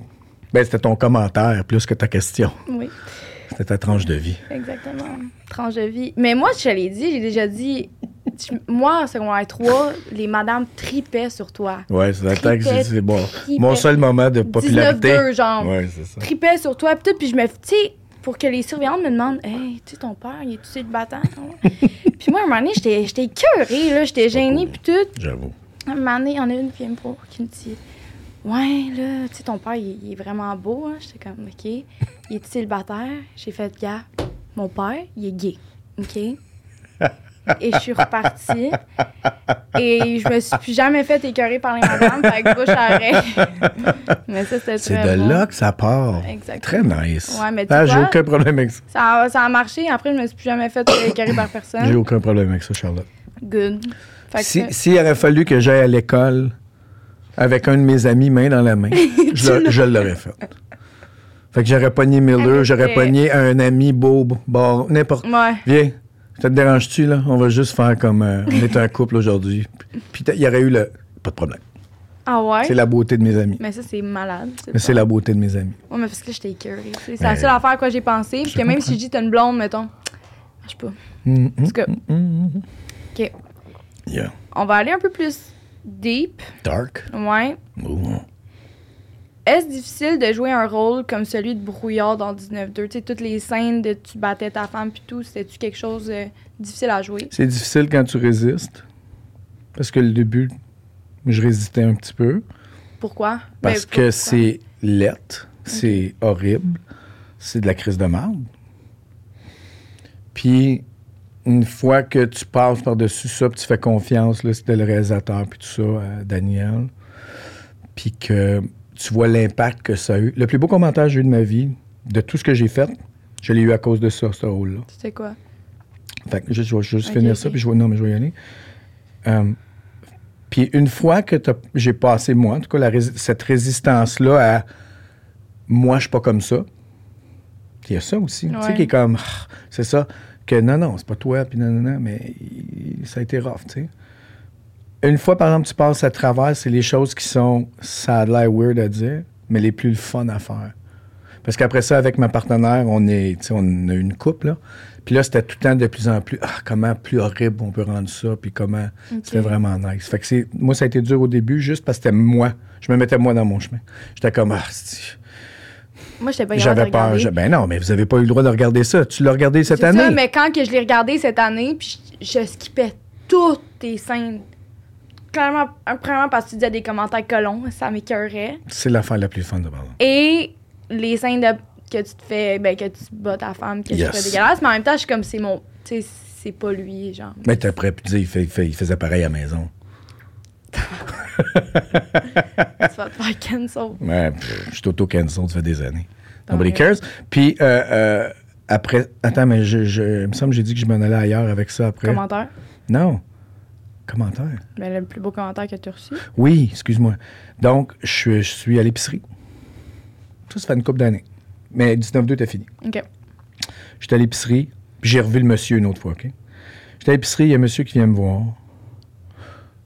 Speaker 1: Ben, c'était ton commentaire plus que ta question.
Speaker 2: Oui.
Speaker 1: C'était ta tranche de vie.
Speaker 2: Exactement. Tranche de vie. Mais moi, je te l'ai dit, j'ai déjà dit. tu- Moi, en secondaire 3, les madames tripaient sur toi.
Speaker 1: Ouais, c'est la
Speaker 2: Tripet,
Speaker 1: taxe. c'est- C'est bon.
Speaker 2: tripet.
Speaker 1: Mon seul moment de popularité.
Speaker 2: 19-2, genre.
Speaker 1: Ouais, c'est ça.
Speaker 2: Tripaient sur toi, pis tout, puis je me. Tu sais, pour que les surveillantes me demandent, hey, tu sais, ton père, il est tout célibataire. puis moi, à un moment donné, j'étais j'étais écœurée, là, j'étais gênée, puis tout.
Speaker 1: J'avoue.
Speaker 2: À un moment donné, il y en a une qui me pro- qui me dit Ouais, là, tu sais, ton père, il, il est vraiment beau. Hein? J'étais comme OK. Il est célibataire. J'ai fait Gars, mon père, il est gay. OK? Et je suis repartie. Et je me suis plus jamais fait écœurer par les madames, fait que bouche à oreille. (laughs) Mais ça, c'était
Speaker 1: C'est
Speaker 2: très
Speaker 1: de
Speaker 2: bon.
Speaker 1: là que ça part.
Speaker 2: Exactement.
Speaker 1: Très nice.
Speaker 2: Ouais, mais tu
Speaker 1: Ah, j'ai
Speaker 2: vois-
Speaker 1: aucun problème avec ça.
Speaker 2: Ça, a- ça a marché. Après, je me suis plus jamais fait écœurer par
Speaker 1: J'ai
Speaker 2: personne.
Speaker 1: aucun problème avec ça, Charlotte.
Speaker 2: Good. hein? Fait que
Speaker 1: Si-
Speaker 2: ça-
Speaker 1: S'il aurait fallu que j'aille à l'école avec un de mes amis main dans la
Speaker 2: (laughs)
Speaker 1: main, je l'a- je l'aurais fait. Fait que j'aurais pogné Miller,
Speaker 2: Avec
Speaker 1: j'aurais
Speaker 2: tes-
Speaker 1: pogné un ami beau, bon, n'importe
Speaker 2: Ouais.
Speaker 1: Viens, ça te dérange-tu, là? On va juste faire comme. euh, on est un couple aujourd'hui. Puis il y aurait eu le. Pas de problème.
Speaker 2: Ah
Speaker 1: C'est
Speaker 2: ouais?
Speaker 1: la beauté de mes amis.
Speaker 2: Mais ça, c'est malade.
Speaker 1: Mais c'est la beauté de mes amis.
Speaker 2: Ouais, mais parce que j'étais écœurée. tu sais. C'est la
Speaker 1: Mais-
Speaker 2: seule affaire à quoi j'ai pensé. Puis que même si je dis t'as une blonde, mettons, marche pas.
Speaker 1: Mm,
Speaker 2: En tout cas, OK.
Speaker 1: Yeah.
Speaker 2: On va aller un peu plus deep.
Speaker 1: Dark.
Speaker 2: Ouais.
Speaker 1: Ooh.
Speaker 2: Est-ce difficile de jouer un rôle comme celui de brouillard dans 19-2? Tu sais, toutes les scènes de tu battais ta femme puis tout, c'était-tu quelque chose de difficile à jouer?
Speaker 1: C'est difficile quand tu résistes. Parce que le début, je résistais un petit peu.
Speaker 2: Pourquoi? Ben,
Speaker 1: Parce
Speaker 2: pourquoi?
Speaker 1: que c'est lettre, c'est horrible, c'est de la crise de merde. Puis, une fois que tu passes par-dessus ça, puis tu fais confiance, là, c'était le réalisateur, puis tout ça, à Daniel, puis que tu vois l'impact que ça a eu. Le plus beau commentaire que j'ai eu de ma vie, de tout ce que j'ai fait, je l'ai eu à cause de ça, ce rôle-là.
Speaker 2: C'était quoi?
Speaker 1: Fait que juste- je vais juste
Speaker 2: Ok,
Speaker 1: finir
Speaker 2: ok.
Speaker 1: ça, puis je vais, non, mais je vais y aller. Euh, puis une fois que t'as- j'ai passé, moi, en tout cas, la rési- cette résistance-là à moi, je suis pas comme ça. Il y a ça aussi, tu sais,
Speaker 2: Ouais.
Speaker 1: qui est comme, Ah, c'est ça, que non, non, c'est pas toi, puis non, non, non, mais il- ça a été rough, tu sais. Une fois, par exemple, tu passes à travers, c'est les choses qui sont, ça a l'air weird à dire, mais les plus fun à faire. Parce qu'après ça, avec ma partenaire, on est, tu sais, on a eu une couple, là. Puis là, c'était tout le temps de plus en plus, ah, comment plus horrible on peut rendre ça, puis comment c'était vraiment nice. Fait que c'est, moi, ça a été dur au début, juste parce que c'était moi. Je me mettais moi dans mon chemin. J'étais comme, ah, c'est-
Speaker 2: Moi, j'étais pas capable de
Speaker 1: j'avais peur.
Speaker 2: regarder.
Speaker 1: Je- ben non, mais vous avez pas eu le droit de regarder ça. Tu l'as regardé cette
Speaker 2: C'est
Speaker 1: année.
Speaker 2: ça, mais quand que je l'ai regardé cette année, puis je, je skippais tout, tes scènes. Clairement, premièrement parce que tu disais des commentaires colons, ça m'écœurait.
Speaker 1: C'est l'affaire la plus fun de Ballon.
Speaker 2: Et les scènes de, que tu te fais, ben, que tu bats ta femme, que
Speaker 1: Yes.
Speaker 2: tu fais dégueulasse, mais en même temps, je suis comme, c'est mon. Tu sais, c'est pas
Speaker 1: (laughs)
Speaker 2: lui, genre.
Speaker 1: Mais t'aurais pu dire, il, fait- il fait- il faisait pareil à la maison.
Speaker 2: tu vas te faire cancel.
Speaker 1: Ouais, pff, je suis auto-cancel, ça fait des années.
Speaker 2: Tant
Speaker 1: Nobody
Speaker 2: mieux.
Speaker 1: cares. Puis euh, euh, après, attends, mais je, je- il me semble que j'ai dit que je m'en allais ailleurs avec ça après.
Speaker 2: Commentaire.
Speaker 1: Non. Commentaire.
Speaker 2: Ben, le plus beau commentaire que tu as reçu.
Speaker 1: Oui, excuse-moi. Donc, je, suis- je suis à l'épicerie. Ça, ça fait une couple d'années. Mais 19-2, t'as fini.
Speaker 2: OK.
Speaker 1: J'étais à l'épicerie, puis j'ai revu le monsieur une autre fois, OK? J'étais à l'épicerie, il y a un monsieur qui vient me voir.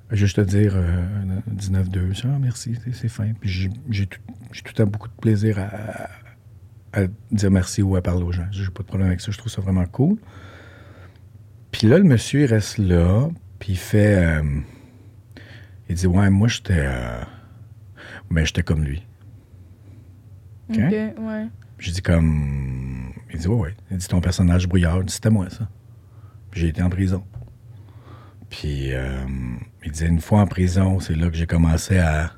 Speaker 1: Je vais Juste te dire, euh, 19-2, je dis, Ah, merci, c'est- c'est fin. Puis j'ai- j'ai tout, j'ai tout le temps beaucoup de plaisir à, à- à dire merci ou à parler aux gens. J'ai pas de problème avec ça, je trouve ça vraiment cool. Puis là, le monsieur, il reste là, puis il fait... euh, il dit, ouais, moi, j'étais... euh, mais j'étais comme lui.
Speaker 2: OK.
Speaker 1: OK.
Speaker 2: ouais.
Speaker 1: J'ai dit comme. Il dit, ouais, ouais. Il dit, ton personnage brouillard. Il dit, c'était moi, ça. Puis j'ai été en prison. Puis euh, il dit, une fois en prison, c'est là que j'ai commencé à.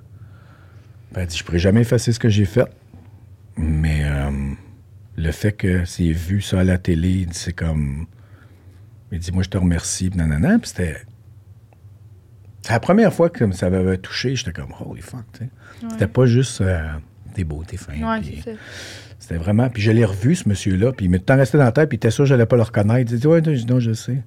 Speaker 1: Ben, il dit, je pourrais jamais effacer ce que j'ai fait. Mais euh, le fait que c'est vu ça à la télé, il dit, c'est comme. Il dit, moi, je te remercie. Puis nanana. Puis c'était. C'est la première fois que ça m'avait touché. J'étais comme, holy fuck, tu sais. C'était pas juste euh, des beautés fins.
Speaker 2: Ouais,
Speaker 1: puis-
Speaker 2: c'est ça.
Speaker 1: c'était vraiment. Puis je l'ai revu, ce monsieur-là. Puis il m'est tout le temps resté dans la tête. Puis il était sûr que je n'allais pas le reconnaître. Il dit Ouais, non, je- non, je sais.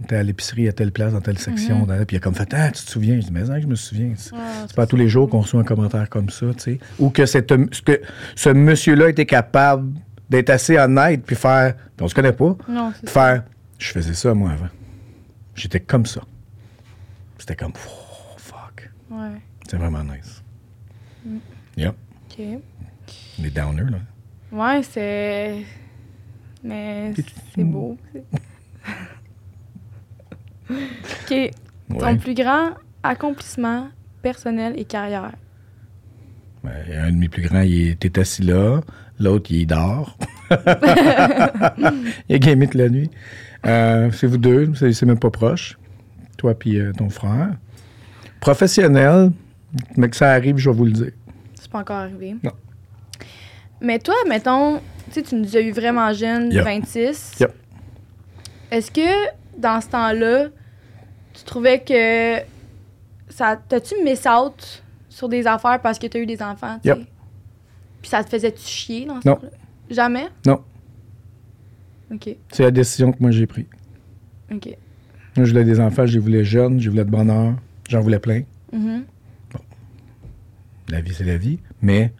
Speaker 1: On était à l'épicerie à telle place, dans telle section. dans- Puis il a comme fait Ah, tu te souviens Je dis Mais non, je me souviens. C'est
Speaker 2: Ouais,
Speaker 1: c'est pas tous les jours qu'on reçoit un commentaire comme ça, tu sais. Ou que, cet homme- que ce monsieur-là était capable d'être assez honnête, puis faire. puis on se connaît pas.
Speaker 2: Non, c'est ça.
Speaker 1: Faire Je faisais ça, moi, avant. J'étais comme ça. C'était comme Oh, fuck.
Speaker 2: Ouais.
Speaker 1: C'est vraiment nice. Yep.
Speaker 2: OK.
Speaker 1: Les downers, là.
Speaker 2: Ouais, c'est. Mais c'est beau. (laughs) OK. Ton
Speaker 1: Ouais.
Speaker 2: plus grand accomplissement personnel et carrière.
Speaker 1: Ouais, et Ben, un de mes plus grands, il est t'es assis là. L'autre, il dort. il a gamé toute la nuit. Euh, c'est vous deux, c'est c'est même pas proche. Toi puis euh, ton frère. Professionnel, mais que ça arrive, je vais vous le dire.
Speaker 2: C'est pas encore arrivé.
Speaker 1: Non.
Speaker 2: Mais toi, mettons, tu sais, tu nous as eu vraiment jeune,
Speaker 1: Yep.
Speaker 2: 26.
Speaker 1: Yep.
Speaker 2: Est-ce que dans ce temps-là, tu trouvais que ça t'as-tu miss out sur des affaires parce que t'as eu des enfants, tu sais?
Speaker 1: Yep.
Speaker 2: Puis ça te faisait-tu chier dans ce
Speaker 1: Non.
Speaker 2: temps-là? Jamais?
Speaker 1: Non.
Speaker 2: OK,
Speaker 1: C'est la décision que moi j'ai prise.
Speaker 2: OK.
Speaker 1: Moi, je voulais des enfants, je les voulais jeunes, je les voulais de bonheur, j'en voulais plein.
Speaker 2: Mhm.
Speaker 1: La vie, c'est la vie. Mais,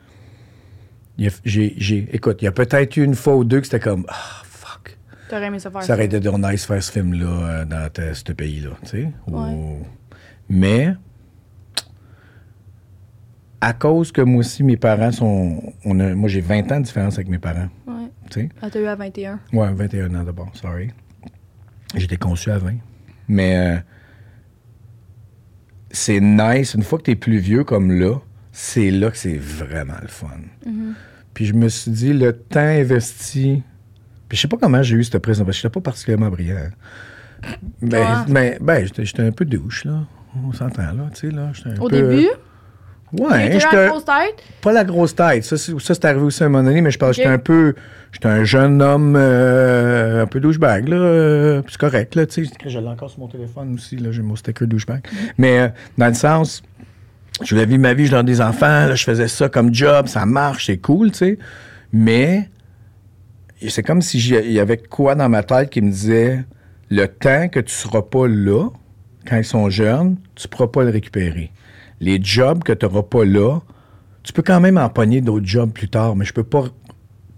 Speaker 1: il y a- j'ai, j'ai- écoute, il y a peut-être eu une fois ou deux que c'était comme, ah, fuck.
Speaker 2: T'aurais aimé ça faire
Speaker 1: Ça aurait été de nice faire ce film-là euh, dans ta- ce pays-là, tu sais. Ou-
Speaker 2: Ouais.
Speaker 1: Mais, à cause que moi aussi, mes parents sont... on a- moi, j'ai 20 ans de différence avec mes parents,
Speaker 2: Ouais.
Speaker 1: tu sais.
Speaker 2: Ah, t'as eu à 21.
Speaker 1: Ouais, 21 ans d'abord, sorry. J'étais conçu à 20. Mais euh, c'est nice. Une fois que t'es plus vieux comme là, c'est là que c'est vraiment le fun.
Speaker 2: Mm-hmm.
Speaker 1: Puis je me suis dit, le temps investi... Puis je sais pas comment j'ai eu cette présence, parce que j'étais pas particulièrement brillant. hein. Mais,
Speaker 2: Ah.
Speaker 1: mais ben, j'étais j'étais un peu douche, là. On s'entend, là, tu sais, là. j'étais un
Speaker 2: Au
Speaker 1: peu-
Speaker 2: début,
Speaker 1: Ouais,
Speaker 2: t'as eu
Speaker 1: j'étais-
Speaker 2: la grosse tête.
Speaker 1: pas la grosse tête. Ça, c'est ça, c'est arrivé aussi à un moment donné, mais je pense que
Speaker 2: Ok.
Speaker 1: j'étais un peu. J'étais un jeune homme euh, un peu douchebag, là. euh, puis c'est correct, là. Tu sais, je l'ai encore sur mon téléphone aussi, là. J'ai mon sticker douchebag. Mais euh, dans le sens. Je voulais vivre ma vie, je donnais des enfants, là, je faisais ça comme job, ça marche, c'est cool, tu sais. Mais c'est comme si j'y- il y avait quoi dans ma tête qui me disait le temps que tu seras pas là, quand ils sont jeunes, tu pourras pas le récupérer. Les jobs que tu n'auras pas là, tu peux quand même empoigner d'autres jobs plus tard, mais je peux pas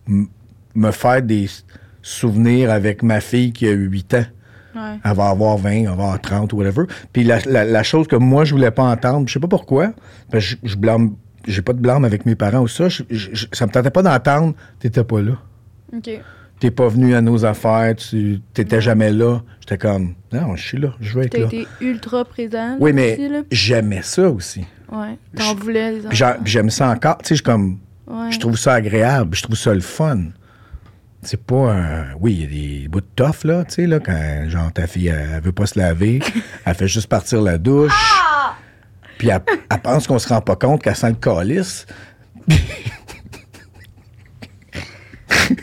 Speaker 1: m- me faire des s- souvenirs avec ma fille qui a 8 ans.
Speaker 2: Ouais.
Speaker 1: Elle va avoir 20, elle va avoir 30, whatever. Puis la, la- la chose que moi, je voulais pas entendre, je sais pas pourquoi, parce que je, je blâme, j'ai pas de blâme avec mes parents ou ça, je, je- ça me tentait pas d'entendre, t'étais pas là.
Speaker 2: OK.
Speaker 1: T'es pas venu à nos affaires, tu t'étais jamais là. J'étais comme, non, je suis là, je veux être
Speaker 2: T'as
Speaker 1: là.
Speaker 2: été ultra présent.
Speaker 1: Oui,
Speaker 2: là,
Speaker 1: mais
Speaker 2: aussi, là.
Speaker 1: j'aimais ça aussi.
Speaker 2: Ouais. T'en
Speaker 1: je-
Speaker 2: voulais, les
Speaker 1: Puis j'en- puis j'aime ça encore. Tu sais, je suis comme,
Speaker 2: enfants. Ouais.
Speaker 1: je trouve ça agréable, je trouve ça le fun. c'est pas un. Oui, il y a des bouts de toffe, là, tu sais, là, quand genre ta fille, elle, elle veut pas se
Speaker 2: (laughs)
Speaker 1: laver, elle fait juste partir la douche.
Speaker 2: Ah!
Speaker 1: Puis elle, elle pense qu'on se rend pas compte qu'elle sent le calice.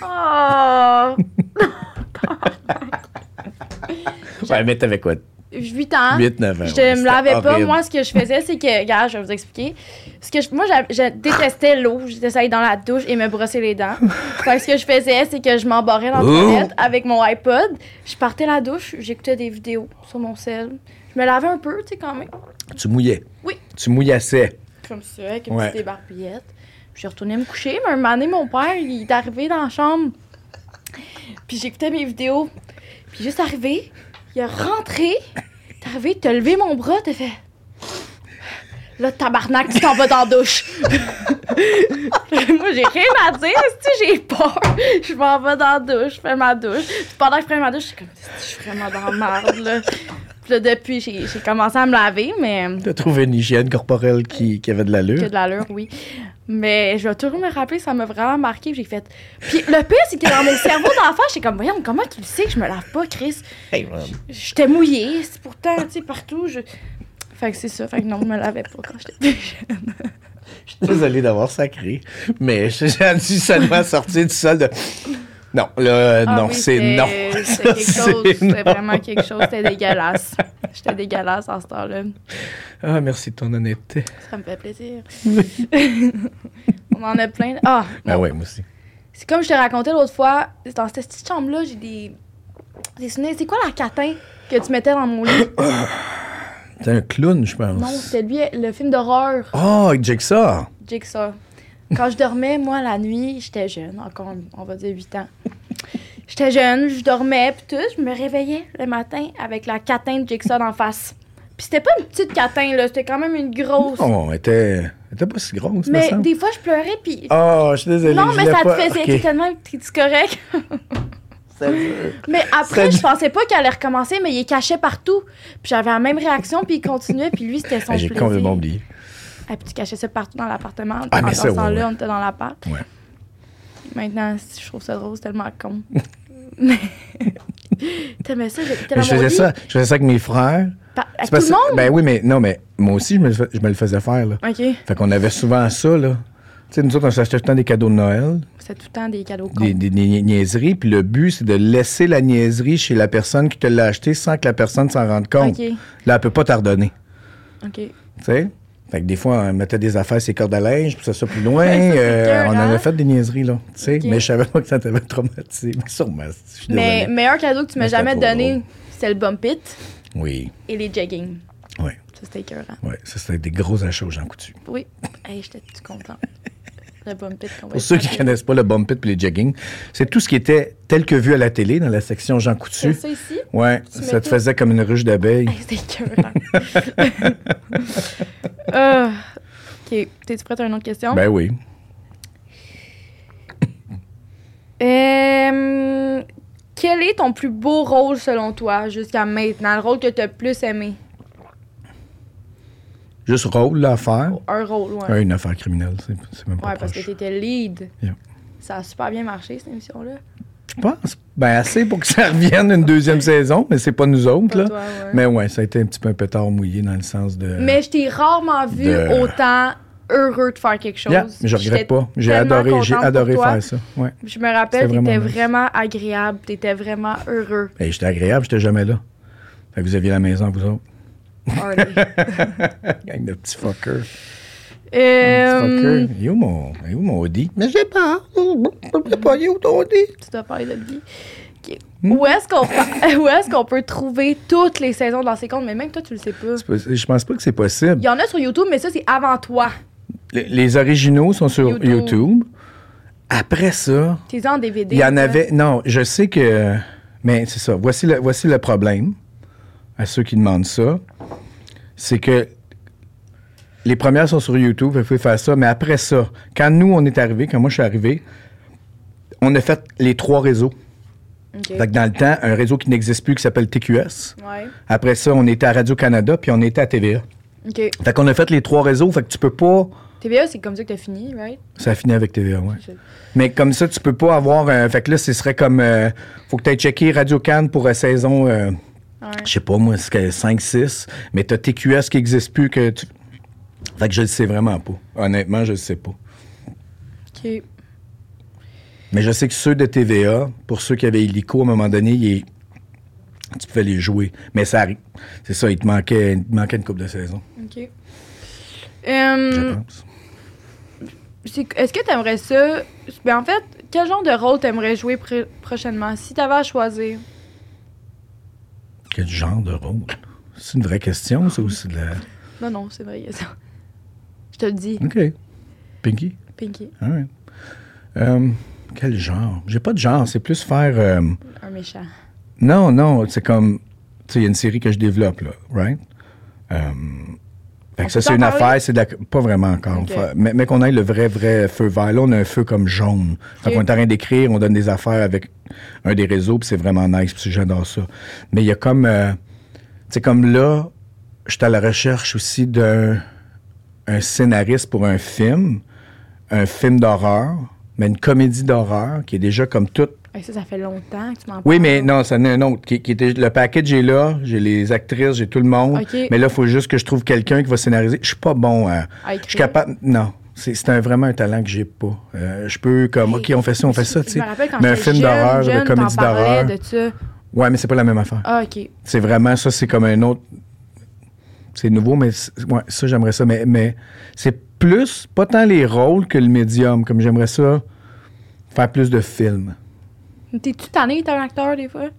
Speaker 2: Oh!
Speaker 1: Ouais, mais t'avais quoi?
Speaker 2: 8 ans.
Speaker 1: 8, 9 ans,
Speaker 2: Je
Speaker 1: ouais,
Speaker 2: me
Speaker 1: c'était
Speaker 2: lavais pas.
Speaker 1: horrible.
Speaker 2: Moi, ce que je faisais, c'est que, regarde, je vais vous expliquer. Ce que je- moi, j'a- je détestais l'eau. Je détestais aller dans la douche et me brosser les
Speaker 1: (laughs)
Speaker 2: dents. Fait que ce que je faisais, c'est que je m'embarrais dans la
Speaker 1: Ouh.
Speaker 2: toilette avec mon iPod. Je partais la douche, j'écoutais des vidéos sur mon cell. Je me lavais un peu, tu sais, quand même.
Speaker 1: Tu mouillais.
Speaker 2: Oui.
Speaker 1: Tu mouillassais.
Speaker 2: Comme ça, avec une
Speaker 1: Ouais.
Speaker 2: petite débarbouillette. Puis je retournais me coucher, mais un moment donné, mon père, il est arrivé dans la chambre. Puis j'écoutais mes vidéos. Puis juste arrivé, il est rentré. T'es arrivé, t'as levé mon bras, t'as fait. Là, tabarnak, tu t'en vas dans la douche. (laughs) Moi, j'ai rien à dire, si j'ai peur. Je m'en vais dans la douche, je fais ma douche. Puis pendant que je prenais ma douche, j'étais comme, Esti, je suis vraiment dans la merde, là. Puis là, depuis, j'ai j'ai commencé à me laver, mais
Speaker 1: T'as trouvé une hygiène corporelle qui, qui avait de l'allure.
Speaker 2: que de l'allure, oui. Mais je vais toujours me rappeler, ça m'a vraiment marqué. puis J'ai fait. Puis le pire, c'est que dans mon cerveau d'enfant, j'étais comme, voyons, comment tu le sais que je me lave pas, Chris?
Speaker 1: Hey, man.
Speaker 2: J'étais mouillée, c'est pourtant, tu sais, partout. Je... Fait que c'est ça. Fait que non, je me lavais pas quand j'étais plus jeune.
Speaker 1: Je suis désolé d'avoir sacré, mais (laughs) j'ai dû seulement sortir du sol de. Non, là, euh,
Speaker 2: Ah
Speaker 1: non,
Speaker 2: oui,
Speaker 1: c'est non.
Speaker 2: C'était quelque
Speaker 1: Ça,
Speaker 2: chose.
Speaker 1: (laughs) c'est
Speaker 2: C'était
Speaker 1: non.
Speaker 2: vraiment quelque chose. C'était dégueulasse. J'étais dégueulasse en ce temps-là.
Speaker 1: Ah, merci de ton honnêteté.
Speaker 2: Ça me fait plaisir. (laughs) On en a plein. Ah!
Speaker 1: Ben ouais, moi aussi.
Speaker 2: C'est comme je te racontais l'autre fois, dans cette petite chambre-là, j'ai des... des souvenirs. C'est quoi la catin que tu mettais dans
Speaker 1: (coughs)
Speaker 2: mon lit?
Speaker 1: T'es un clown, je pense.
Speaker 2: non, c'était lui, le film d'horreur,
Speaker 1: Oh, avec Jigsaw.
Speaker 2: Jigsaw. Quand je dormais, moi, la nuit, j'étais jeune, encore, on va dire 8 ans. J'étais jeune, je dormais, puis tout, je me réveillais le matin avec la catin de Jigsaw d'en face. Puis c'était pas une petite catin, là, c'était quand même une grosse.
Speaker 1: Oh, elle était, elle était pas si grosse, me
Speaker 2: mais
Speaker 1: semble.
Speaker 2: des fois, je pleurais, puis...
Speaker 1: Oh, je suis désolé.
Speaker 2: non,
Speaker 1: je
Speaker 2: mais
Speaker 1: l'ai
Speaker 2: ça te
Speaker 1: pas-
Speaker 2: faisait
Speaker 1: ok.
Speaker 2: tellement... T'es-tu correct?
Speaker 1: Ça dure.
Speaker 2: Mais
Speaker 1: Ça
Speaker 2: après, je
Speaker 1: dit-
Speaker 2: pensais pas qu'elle allait recommencer, mais il cachait partout. Puis j'avais la même réaction, puis il continuait, puis lui, c'était son
Speaker 1: Ah, J'ai
Speaker 2: plaisir.
Speaker 1: complètement oublié.
Speaker 2: Ah, puis tu cachais ça partout dans l'appartement.
Speaker 1: Ah,
Speaker 2: En
Speaker 1: mais
Speaker 2: dans
Speaker 1: ça,
Speaker 2: ce temps-là,
Speaker 1: ouais, ouais.
Speaker 2: on était dans l'appart.
Speaker 1: Ouais.
Speaker 2: Maintenant, si je trouve ça drôle, c'est tellement
Speaker 1: (laughs)
Speaker 2: con. mais... T'aimais ça, j'étais
Speaker 1: Mais
Speaker 2: dans
Speaker 1: je
Speaker 2: mon
Speaker 1: faisais
Speaker 2: lit,
Speaker 1: ça, je faisais ça avec mes frères.
Speaker 2: pa- à
Speaker 1: C'est
Speaker 2: tout
Speaker 1: parce-
Speaker 2: le monde.
Speaker 1: Ben oui, mais non, mais moi aussi, je me, le fais- je me le faisais faire, là.
Speaker 2: OK,
Speaker 1: Fait qu'on avait souvent ça, là. Tu sais, nous autres, on s'achetait tout le temps des cadeaux de Noël,
Speaker 2: c'est tout le temps des cadeaux cons.
Speaker 1: des, des- des niaiseries, puis le but, c'est de laisser la niaiserie chez la personne qui te l'a acheté sans que la personne s'en rende compte.
Speaker 2: OK,
Speaker 1: Là, elle peut pas t'ardonner,
Speaker 2: OK.
Speaker 1: tu sais. Fait que des fois, on mettait des affaires, ses cordes à linge, puis ça, ça plus loin.
Speaker 2: (laughs) Ça, c'est
Speaker 1: euh,
Speaker 2: cœur,
Speaker 1: on
Speaker 2: hein?
Speaker 1: avait fait des niaiseries, là, tu sais.
Speaker 2: Ok.
Speaker 1: Mais je savais pas que ça t'avait traumatisé. (laughs) Mais sûrement, je suis
Speaker 2: Mais
Speaker 1: désolé.
Speaker 2: meilleur cadeau que tu m'as
Speaker 1: Mais c'était
Speaker 2: jamais
Speaker 1: trop
Speaker 2: donné,
Speaker 1: drôle.
Speaker 2: c'est le bump it
Speaker 1: Oui,
Speaker 2: et les jogging.
Speaker 1: oui,
Speaker 2: Ça, c'était écœurant.
Speaker 1: oui. Ça, c'était des gros achats aux gens coutus.
Speaker 2: Oui. Hey, j'étais tout contente. Le bump it qu'on va
Speaker 1: Pour ceux qui ne connaissent pas le bump pit puis les jogging, c'est tout ce qui était tel que vu à la télé dans la section Jean
Speaker 2: C'est
Speaker 1: Coutu.
Speaker 2: ça ici? (laughs)
Speaker 1: Ouais, ça
Speaker 2: Tu
Speaker 1: te
Speaker 2: mettais-
Speaker 1: faisait comme une ruche d'abeilles.
Speaker 2: Hey, c'est écœurant. (laughs) Ah. OK. T'es-tu prête à une autre question?
Speaker 1: Ben oui.
Speaker 2: Euh, quel est ton plus beau rôle selon toi jusqu'à maintenant? Le rôle que t'as le plus aimé?
Speaker 1: Juste rôle, l'affaire.
Speaker 2: Un rôle, ouais.
Speaker 1: Ouais, une affaire criminelle, c'est c'est même pas
Speaker 2: ouais, parce que
Speaker 1: proche.
Speaker 2: t'étais lead.
Speaker 1: Yeah. Euh.
Speaker 2: Ça a super bien marché, cette émission-là.
Speaker 1: Je pense. Ben assez pour que ça (laughs) revienne une deuxième saison, mais c'est pas nous autres,
Speaker 2: Pas
Speaker 1: là.
Speaker 2: toi, ouais. Mais,
Speaker 1: Mais ouais, ça a été un petit peu un pétard mouillé dans le sens de.
Speaker 2: je t'ai rarement vu
Speaker 1: de-
Speaker 2: autant heureux de faire quelque chose.
Speaker 1: Yeah, mais je
Speaker 2: J'étais
Speaker 1: regrette pas. J'ai
Speaker 2: tellement
Speaker 1: adoré, j'ai
Speaker 2: contente pour
Speaker 1: adoré
Speaker 2: toi.
Speaker 1: faire ça. Ouais.
Speaker 2: Je me rappelle,
Speaker 1: C'était
Speaker 2: t'étais
Speaker 1: vraiment nice.
Speaker 2: vraiment agréable, t'étais vraiment
Speaker 1: (laughs)
Speaker 2: heureux.
Speaker 1: Et Ben, j'étais agréable, j'étais jamais là. Fait que vous aviez la maison, vous autres.
Speaker 2: Harley.
Speaker 1: Gang de petits fuckers.
Speaker 2: Euh,
Speaker 1: Il est où mon, il est où mon Audi? Mais j'ai pas. Je pas, il est où ton Audi?
Speaker 2: tu dois parler de lui. Ok.
Speaker 1: Hmm?
Speaker 2: Où est-ce qu'on pa- (laughs) où est-ce qu'on peut trouver toutes les saisons dans ses comptes? Mais même toi, tu le sais pas.
Speaker 1: C'est pas- Je pense pas que c'est
Speaker 2: Il
Speaker 1: possible.
Speaker 2: y en a sur YouTube, mais ça, c'est avant toi.
Speaker 1: Les, les originaux sont sur
Speaker 2: YouTube.
Speaker 1: YouTube. Après ça,
Speaker 2: T'es en DVD.
Speaker 1: il y en
Speaker 2: ça.
Speaker 1: avait. Non, je sais que. Mais c'est ça. Voici le, voici le problème à ceux qui demandent ça. C'est que les premières sont sur YouTube, vous pouvez faire ça. Mais après ça, quand nous, on est arrivés, quand moi je suis arrivé, on a fait les trois réseaux.
Speaker 2: Ok.
Speaker 1: Fait que dans le temps, un réseau qui n'existe plus qui s'appelle TQS.
Speaker 2: Ouais.
Speaker 1: Après ça, on était à Radio-Canada, puis on était à TVA.
Speaker 2: OK.
Speaker 1: Fait qu'on a fait les trois réseaux, fait que tu peux pas.
Speaker 2: TVA, c'est comme ça que t'as fini, right?
Speaker 1: Ça a fini avec TVA, ouais.
Speaker 2: Je-
Speaker 1: Mais comme ça, tu peux pas avoir. euh, fait que là, ce serait comme. euh, faut que tu aies checké Radio Cannes pour euh, saison, euh,
Speaker 2: Ouais.
Speaker 1: je sais pas moi, 5-6, mais t'as TQS qui existe plus que. tu- Fait que je le sais vraiment pas. Honnêtement, je le sais pas.
Speaker 2: OK.
Speaker 1: Mais je sais que ceux de TVA, pour ceux qui avaient illico, à un moment donné, ils- tu pouvais les jouer. Mais ça arrive. C'est ça, il te manquait, il te manquait une coupe de saison,
Speaker 2: OK. Hum,
Speaker 1: je pense.
Speaker 2: c'est- Est-ce que t'aimerais ça? Ben, en fait, quel genre de rôle t'aimerais jouer pr- prochainement si t'avais à choisir?
Speaker 1: Quel genre de rôle? C'est une vraie question, ça aussi. De la...
Speaker 2: Non, non, c'est vrai, il y a ça. Je te le dis,
Speaker 1: OK. Pinky?
Speaker 2: Pinky,
Speaker 1: All right. Euh, quel genre? J'ai pas de genre. C'est plus faire. euh,
Speaker 2: un méchant.
Speaker 1: Non, non, c'est comme. Tu sais, il y a une série que je développe, là, right? Euh, fait
Speaker 2: On
Speaker 1: que ça,
Speaker 2: peut
Speaker 1: c'est
Speaker 2: en
Speaker 1: une
Speaker 2: parler?
Speaker 1: affaire, c'est de la- Pas vraiment encore.
Speaker 2: Ok.
Speaker 1: Fa- Mais, mais qu'on ait le vrai, vrai feu vert. Là, on a un feu comme jaune. Fait
Speaker 2: Ok.
Speaker 1: qu'on est en train d'écrire, on donne des affaires avec un des réseaux, puis c'est vraiment nice, puis j'adore ça. Mais il y a comme. euh, tu sais, comme là, je suis à la recherche aussi d'un un scénariste pour un film, un film d'horreur, mais une comédie d'horreur qui est déjà comme toute
Speaker 2: Hey, ça, ça fait longtemps que tu m'en parles.
Speaker 1: oui, mais non, ça en est un autre. Qui, qui était, le package est là, j'ai les actrices, j'ai tout le monde.
Speaker 2: OK.
Speaker 1: Mais là, il faut juste que je trouve quelqu'un qui va scénariser. Je suis pas bon à.
Speaker 2: À écrire.
Speaker 1: Je suis capable. Non. C'est c'est un, vraiment un talent que j'ai pas. Euh, je peux comme, OK, on fait ça, on fait ça, tu sais.
Speaker 2: Je me rappelle quand
Speaker 1: Mais un
Speaker 2: j'étais
Speaker 1: film
Speaker 2: jeune,
Speaker 1: d'horreur,
Speaker 2: jeune,
Speaker 1: une comédie
Speaker 2: t'en parlais
Speaker 1: d'horreur.
Speaker 2: de ça.
Speaker 1: Ouais, mais c'est pas la même affaire.
Speaker 2: Ah, OK.
Speaker 1: C'est vraiment, ça, c'est comme un autre. C'est nouveau, mais c'est- ouais, ça, j'aimerais ça. Mais, mais c'est plus, pas tant les rôles que le médium. Comme j'aimerais ça, faire plus de films.
Speaker 2: T'es-tu tanné d'être un acteur, des fois?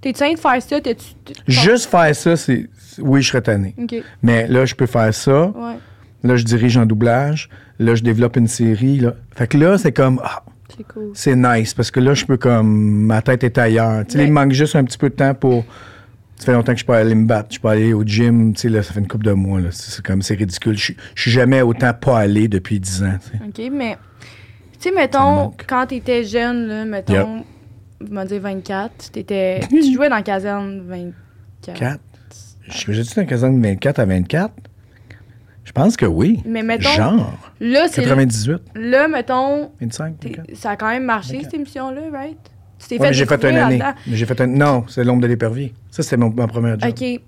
Speaker 2: T'es-tu tanné de faire ça? T'es-tu... t'es-
Speaker 1: Juste faire ça, c'est. Oui, je serais tanné.
Speaker 2: OK,
Speaker 1: Mais là, je peux faire ça.
Speaker 2: ouais.
Speaker 1: Là, je dirige en doublage. Là, je développe une série. Là. Fait que là, c'est comme, ah,
Speaker 2: C'est cool.
Speaker 1: c'est nice parce que là, je peux comme, ma tête est ailleurs. Tu sais,
Speaker 2: Ouais.
Speaker 1: il me manque juste un petit peu de temps pour. Ça fait longtemps que je peux aller me battre, je peux aller au gym, tu sais, là, ça fait une couple de mois, là. C'est c'est comme, c'est ridicule. Je suis- je suis jamais autant pas allé depuis 10 ans, tu sais.
Speaker 2: OK, mais... Tu sais,
Speaker 1: Ça me
Speaker 2: mettons,
Speaker 1: manque.
Speaker 2: quand t'étais jeune, là, mettons... Je vais dire 24.
Speaker 1: (laughs)
Speaker 2: T'étais... tu jouais dans la caserne 24.
Speaker 1: 4. J'ai-tu un caserne de 24 à 24? Je pense que oui.
Speaker 2: Mais mettons...
Speaker 1: Genre.
Speaker 2: Là, c'est...
Speaker 1: 98,
Speaker 2: Là, mettons...
Speaker 1: 25,
Speaker 2: t'es-
Speaker 1: 24.
Speaker 2: Ça a quand même marché,
Speaker 1: 24.
Speaker 2: cette émission-là, right? Tu t'es
Speaker 1: Ouais, mais j'ai fait une
Speaker 2: découvrir
Speaker 1: année.
Speaker 2: là-dedans.
Speaker 1: Mais J'ai fait un... Non, c'est l'ombre de l'épervier. Ça, c'était mon, ma première job.
Speaker 2: OK.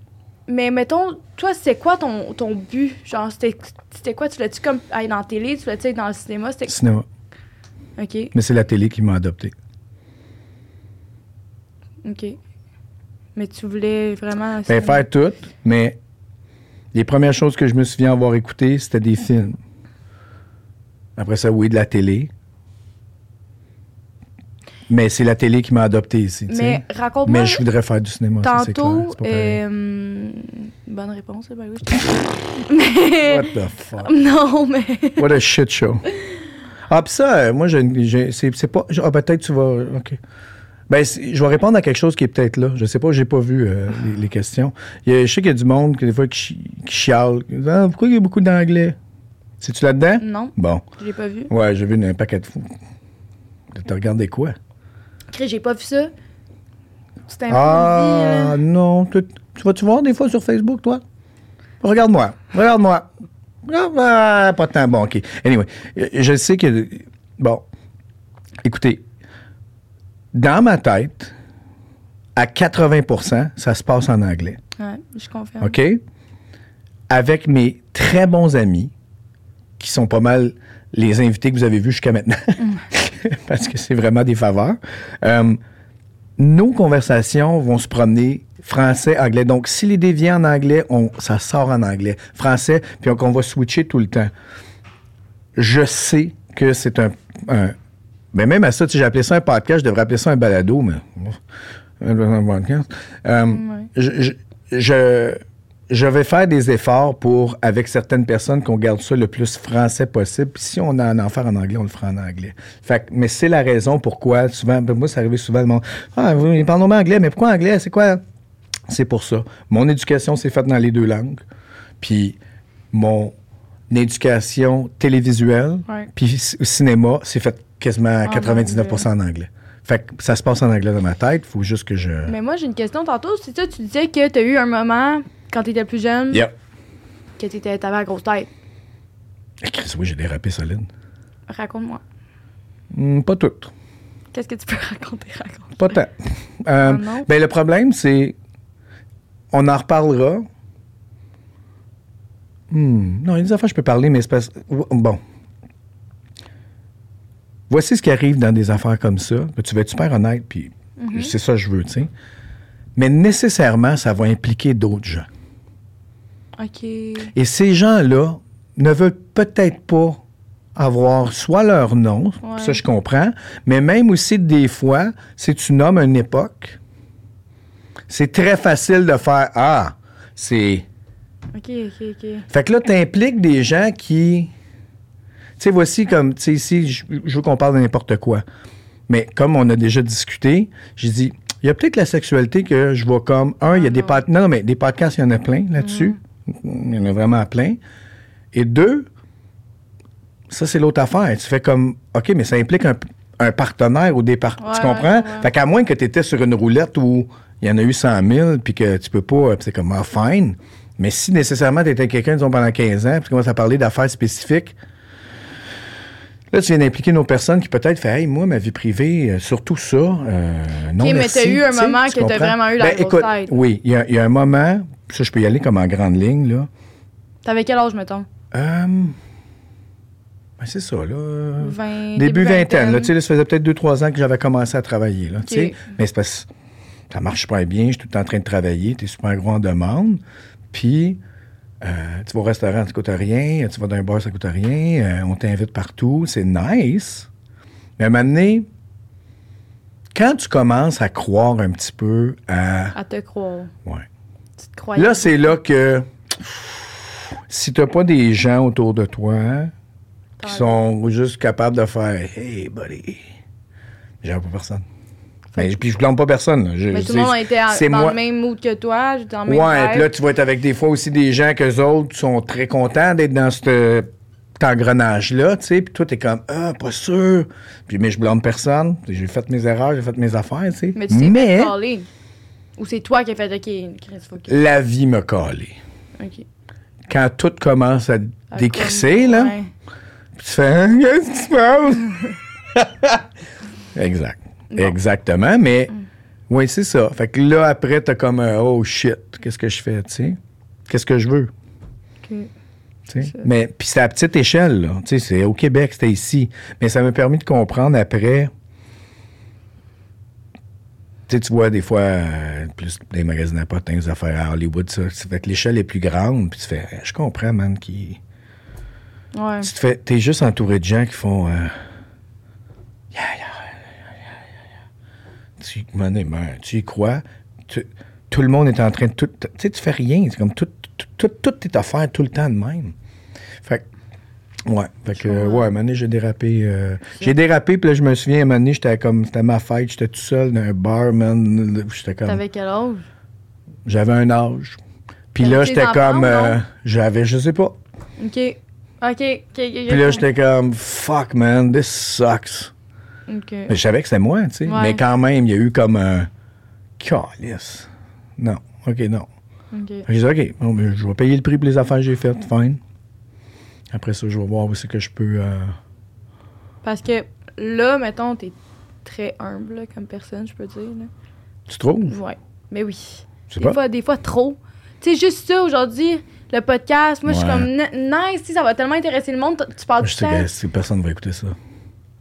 Speaker 2: Mais mettons, toi, c'était quoi ton, ton but? Genre, c'était c'était quoi? Tu l'as-tu comme aller dans la télé? Tu l'as-tu être dans le cinéma? C'était...
Speaker 1: Cinéma.
Speaker 2: OK,
Speaker 1: Mais c'est la télé qui m'a adopté.
Speaker 2: OK. Mais tu voulais vraiment...
Speaker 1: Ben, faire tout, mais les premières choses que je me souviens avoir écoutées, c'était des films. Après ça, oui, de la télé. Mais c'est la télé qui m'a adopté ici. tu
Speaker 2: Mais
Speaker 1: sais.
Speaker 2: raconte-moi...
Speaker 1: mais je voudrais faire du cinéma. ça, c'est clair,
Speaker 2: Tantôt,
Speaker 1: c'est pas pareil.
Speaker 2: euh, bonne réponse, ben oui.
Speaker 1: (laughs)
Speaker 2: mais, euh,
Speaker 1: What the fuck?
Speaker 2: non, mais,
Speaker 1: What a shit show. Ah, pis ça, euh, moi, je, je- c'est, c'est pas. je- ah, peut-être tu vas. OK. Ben, c'est- je vais répondre à quelque chose qui est peut-être là. Je sais pas, j'ai pas vu euh, les, les questions. Il y a- je sais qu'il y a du monde que des fois qui, chi- qui chiale. Ah, pourquoi il y a beaucoup d'anglais? C'est-tu là-dedans?
Speaker 2: non,
Speaker 1: Bon.
Speaker 2: je l'ai pas vu.
Speaker 1: Ouais, j'ai vu un paquet de fous. T'as regardé quoi?
Speaker 2: Chris, j'ai pas vu ça. C'était un
Speaker 1: Ah,
Speaker 2: peu
Speaker 1: non. Tu, tu vas-tu voir des fois sur Facebook, toi? Regarde-moi. Regarde-moi. Ah, ah, pas tant. Bon, OK. Anyway, euh, je sais que. Bon. Écoutez, dans ma tête, à 80 ça se passe en anglais.
Speaker 2: Ouais, je confirme.
Speaker 1: OK? Avec mes très bons amis, qui sont pas mal les invités que vous avez vus jusqu'à maintenant, (laughs) parce que c'est vraiment des faveurs. Euh, nos conversations vont se promener français, anglais. Donc, si l'idée vient en anglais, on, ça sort en anglais. Français, puis on, on va switcher tout le temps. Je sais que c'est un, un- Mais même à ça, tu sais, j'ai appelé ça un podcast, je devrais appeler ça un balado, mais. Un podcast. Euh, je, je, je- je vais faire des efforts pour, avec certaines personnes, qu'on garde ça le plus français possible. Puis si on a un enfer en anglais, on le fera en anglais. Fait que- mais c'est la raison pourquoi, souvent, ben, moi, c'est arrivé souvent, le monde, ah, vous ils parlent pas anglais, mais pourquoi anglais? C'est quoi? C'est pour ça. Mon éducation s'est faite dans les deux langues. Puis mon éducation télévisuelle,
Speaker 2: Ouais.
Speaker 1: puis c- cinéma, s'est faite quasiment à 99 en anglais. Fait que ça se passe en anglais dans ma tête. Faut juste que je...
Speaker 2: Mais moi, j'ai une question tantôt. C'est ça, tu disais que tu as eu un moment quand tu étais plus jeune
Speaker 1: Yep.
Speaker 2: que t'étais- t'avais la grosse tête.
Speaker 1: Eh, Chris, oui, j'ai dérapé solide.
Speaker 2: Raconte-moi.
Speaker 1: Hmm, pas toutes.
Speaker 2: Qu'est-ce que tu peux (laughs) raconter? Raconte.
Speaker 1: Pas tant. Euh,
Speaker 2: Ah non?
Speaker 1: ben, le problème, c'est. On en reparlera. Hmm, Non, il y a des affaires que je peux parler, mais c'est parce. Bon. Voici ce qui arrive dans des affaires comme ça. Là, tu vas être super honnête, puis
Speaker 2: Mm-hmm.
Speaker 1: c'est ça que je veux, tu sais. Mais nécessairement, ça va impliquer d'autres gens.
Speaker 2: OK.
Speaker 1: Et ces gens-là ne veulent peut-être pas avoir soit leur nom,
Speaker 2: Ouais.
Speaker 1: ça je comprends, mais même aussi des fois, si tu nommes une époque, c'est très facile de faire Ah, c'est.
Speaker 2: OK, OK, OK.
Speaker 1: Fait que là, t'impliques des gens qui. Tu sais, voici comme. Tu sais, ici, je je veux qu'on parle de n'importe quoi. Mais comme on a déjà discuté, j'ai dit, il y a peut-être la sexualité que je vois comme. Un, il y a des podcasts. Non, non, mais des podcasts, il y en a plein là-dessus. Il y en a vraiment plein. Et deux, ça, c'est l'autre affaire. Tu fais comme. OK, mais ça implique un, un partenaire ou des par-
Speaker 2: Ouais,
Speaker 1: Tu comprends?
Speaker 2: ouais.
Speaker 1: Fait qu'à moins que tu étais sur une roulette où il y en a eu 100 000 puis que tu peux pas. puis c'est comme, ah, fine. Mais si nécessairement tu étais quelqu'un, disons, pendant 15 ans, puis tu commences à parler d'affaires spécifiques, là, tu viens d'impliquer nos personnes qui peut-être fait, hey, moi, ma vie privée, euh, surtout ça, euh, non,
Speaker 2: Ok, mais
Speaker 1: merci.
Speaker 2: t'as eu un
Speaker 1: Tu sais,
Speaker 2: moment
Speaker 1: tu
Speaker 2: que t'as
Speaker 1: comprends?
Speaker 2: vraiment eu la
Speaker 1: Ben,
Speaker 2: grosse
Speaker 1: écoute,
Speaker 2: tête.
Speaker 1: Oui, il y, a- il y a un moment, ça, je peux y aller comme en grande ligne, là.
Speaker 2: T'avais quel âge, mettons?
Speaker 1: Euh, ben, c'est ça, là.
Speaker 2: 20,
Speaker 1: Début vingtaine. Là, tu sais,
Speaker 2: vingtaine.
Speaker 1: là, ça faisait peut-être deux, trois ans que j'avais commencé à travailler. Là, tu sais.
Speaker 2: Ok.
Speaker 1: Mais c'est parce que ça marche pas bien, je suis tout le temps en train de travailler, tu es super gros en demande. Puis, euh, tu vas au restaurant, ça coûte rien, tu vas dans un bar, ça coûte rien, euh, on t'invite partout, c'est nice. Mais à un moment donné, quand tu commences à croire un petit peu à.
Speaker 2: À te croire.
Speaker 1: Ouais.
Speaker 2: Tu te croyais.
Speaker 1: Là, c'est là que si t'as pas des gens autour de toi qui sont juste capables de faire Hey buddy, j'aime pas personne. Mais, puis je blâme pas personne. là. Je-
Speaker 2: Mais
Speaker 1: c'est-
Speaker 2: tout le monde était à-
Speaker 1: c'est
Speaker 2: dans
Speaker 1: moi-
Speaker 2: le même mood que toi, j'étais dans le même
Speaker 1: Ouais, puis
Speaker 2: vibe.
Speaker 1: là, tu vas être avec des fois aussi des gens qu'eux autres sont très contents d'être dans ce- cet engrenage-là, tu sais, puis toi, t'es comme, ah, pas sûr. Puis, mais je blâme personne. J'ai fait mes erreurs, j'ai fait mes affaires, tu sais.
Speaker 2: Mais tu t'es fait parler. Ou c'est toi qui as fait OK, Chris, faut que.
Speaker 1: la vie me calait.
Speaker 2: OK.
Speaker 1: Quand tout commence à
Speaker 2: À
Speaker 1: décrisser,
Speaker 2: Ah, comme-
Speaker 1: là,
Speaker 2: Ouais.
Speaker 1: Puis tu fais, Hein, qu'est-ce qui se passe? exact. Exactement, mais oui, c'est ça. Fait que là, après, t'as comme, un, oh shit, qu'est-ce que je fais, tu sais? Qu'est-ce que je veux?
Speaker 2: OK.
Speaker 1: tu sais?
Speaker 2: Ça.
Speaker 1: Mais puis c'est à petite échelle, là. Tu sais, c'est au Québec, c'était ici. Mais ça m'a permis de comprendre après. Tu sais, tu vois, des fois, euh, plus des magazines à potins, des affaires à Hollywood, ça. Ça fait que l'échelle est plus grande, puis tu fais, je comprends, man, qui.
Speaker 2: Ouais.
Speaker 1: Tu te fais, t'es juste entouré de gens qui font. euh, Ya, ya, ya, ya, ya, ya. Tu, mon Dieu, merde, tu y crois. tu- tout le monde est en train de tout. Tu sais, tu fais rien. C'est comme tout, tout, tout, toute tes affaires tout le temps de même. Fait que, ouais. Fait que, euh, ouais, à un moment donné, j'ai dérapé. euh, j'ai dérapé, puis là, je me souviens, à un moment donné, j'étais comme. C'était ma fête, j'étais tout seul dans un bar, man. J'étais comme.
Speaker 2: T'avais quel âge?
Speaker 1: J'avais un âge. Puis
Speaker 2: T'avais
Speaker 1: là,
Speaker 2: des
Speaker 1: j'étais
Speaker 2: enfants
Speaker 1: comme.
Speaker 2: ou non?
Speaker 1: euh, j'avais, je sais pas.
Speaker 2: OK. OK, OK, OK.
Speaker 1: Puis là, j'étais comme, fuck, man, this sucks.
Speaker 2: OK.
Speaker 1: Mais je savais que c'était moi, tu sais.
Speaker 2: Ouais.
Speaker 1: Mais quand même, il y a eu comme un. Calice. Non. OK, non.
Speaker 2: OK.
Speaker 1: J'ai dit, OK, bon, ben, je vais payer le prix pour les affaires que j'ai faites. Fine. Après ça, je vais voir où c'est que je peux. euh,
Speaker 2: Parce que là, mettons, t'es très humble là, comme personne, je peux dire. Là.
Speaker 1: Tu trouves?
Speaker 2: Ouais. Mais oui.
Speaker 1: Je sais
Speaker 2: Des
Speaker 1: pas.
Speaker 2: fois, des fois, trop. Tu sais, juste ça, aujourd'hui, le podcast, moi, je suis
Speaker 1: Ouais.
Speaker 2: comme, N- nice, tu sais, ça va tellement intéresser le monde, t- tu parles
Speaker 1: Je
Speaker 2: tout
Speaker 1: sais
Speaker 2: le
Speaker 1: que
Speaker 2: temps.
Speaker 1: si personne va écouter ça.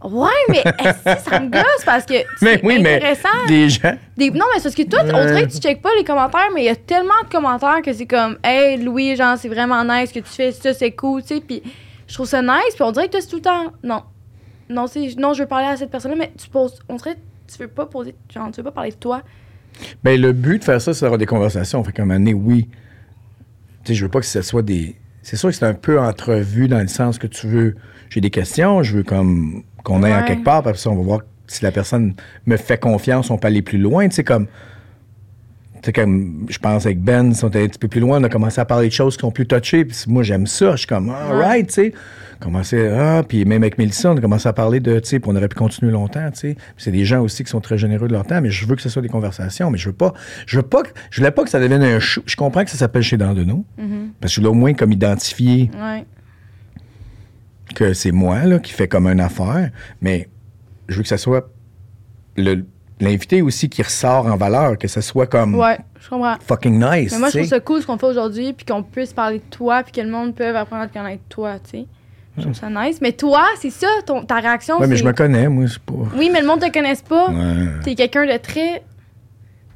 Speaker 2: Ouais, mais (laughs) est-ce que ça me gosse parce que
Speaker 1: Mais
Speaker 2: c'est
Speaker 1: oui, mais.
Speaker 2: intéressant.
Speaker 1: Des gens.
Speaker 2: Des- Non, mais c'est parce que toi, t- on dirait que tu checkes pas les commentaires, mais il y a tellement de commentaires que c'est comme, hey, Louis, genre, c'est vraiment nice ce que tu fais, ça, c'est cool, tu sais, puis je trouve ça nice, puis on dirait que toi, c'est tout le temps, non. Non, c'est, non, je veux parler à cette personne-là, mais tu poses, on dirait, que tu veux pas poser, genre, tu veux pas parler de toi.
Speaker 1: Ben, le but de faire ça, c'est d'avoir des conversations. Fait qu'à un moment donné, oui. Tu sais, je veux pas que ce soit des. C'est sûr que c'est un peu entrevu dans le sens que tu veux. J'ai des questions, je veux comme qu'on aille en
Speaker 2: Ouais.
Speaker 1: quelque part, parce que on va voir si la personne me fait confiance, on peut aller plus loin. Tu sais, comme. Tu sais, comme je pense avec Ben, si on était un petit peu plus loin, on a commencé à parler de choses qui sont plus touchées. Puis moi, j'aime ça. Je suis comme, all right, tu sais. Commencé, ah, puis même avec Mélissa, on a commencé à parler de, tu sais, puis on aurait pu continuer longtemps, tu sais. Puis c'est des gens aussi qui sont très généreux de leur temps, mais je veux que ce soit des conversations, mais je veux pas, je veux pas, que- je voulais pas que ça devienne un show. Je comprends que ça s'appelle chez Dandeno,
Speaker 2: Mm-hmm.
Speaker 1: parce que je voulais au moins comme identifier
Speaker 2: Ouais.
Speaker 1: que c'est moi là, qui fais comme une affaire, mais je veux que ça soit le- l'invité aussi qui ressort en valeur, que ça soit comme
Speaker 2: Mm. Ouais, je comprends.
Speaker 1: fucking nice.
Speaker 2: Mais moi,
Speaker 1: tu sais.
Speaker 2: je trouve ça cool ce qu'on fait aujourd'hui, puis qu'on puisse parler de toi, puis que le monde peut apprendre à te connaître toi, tu sais. Je trouve ça nice. Mais toi, c'est ça, ton, ta réaction.
Speaker 1: Ouais, mais
Speaker 2: c'est-
Speaker 1: je me connais, moi, c'est pas.
Speaker 2: Oui, mais le monde te connaisse pas.
Speaker 1: Ouais.
Speaker 2: T'es quelqu'un de très. Tu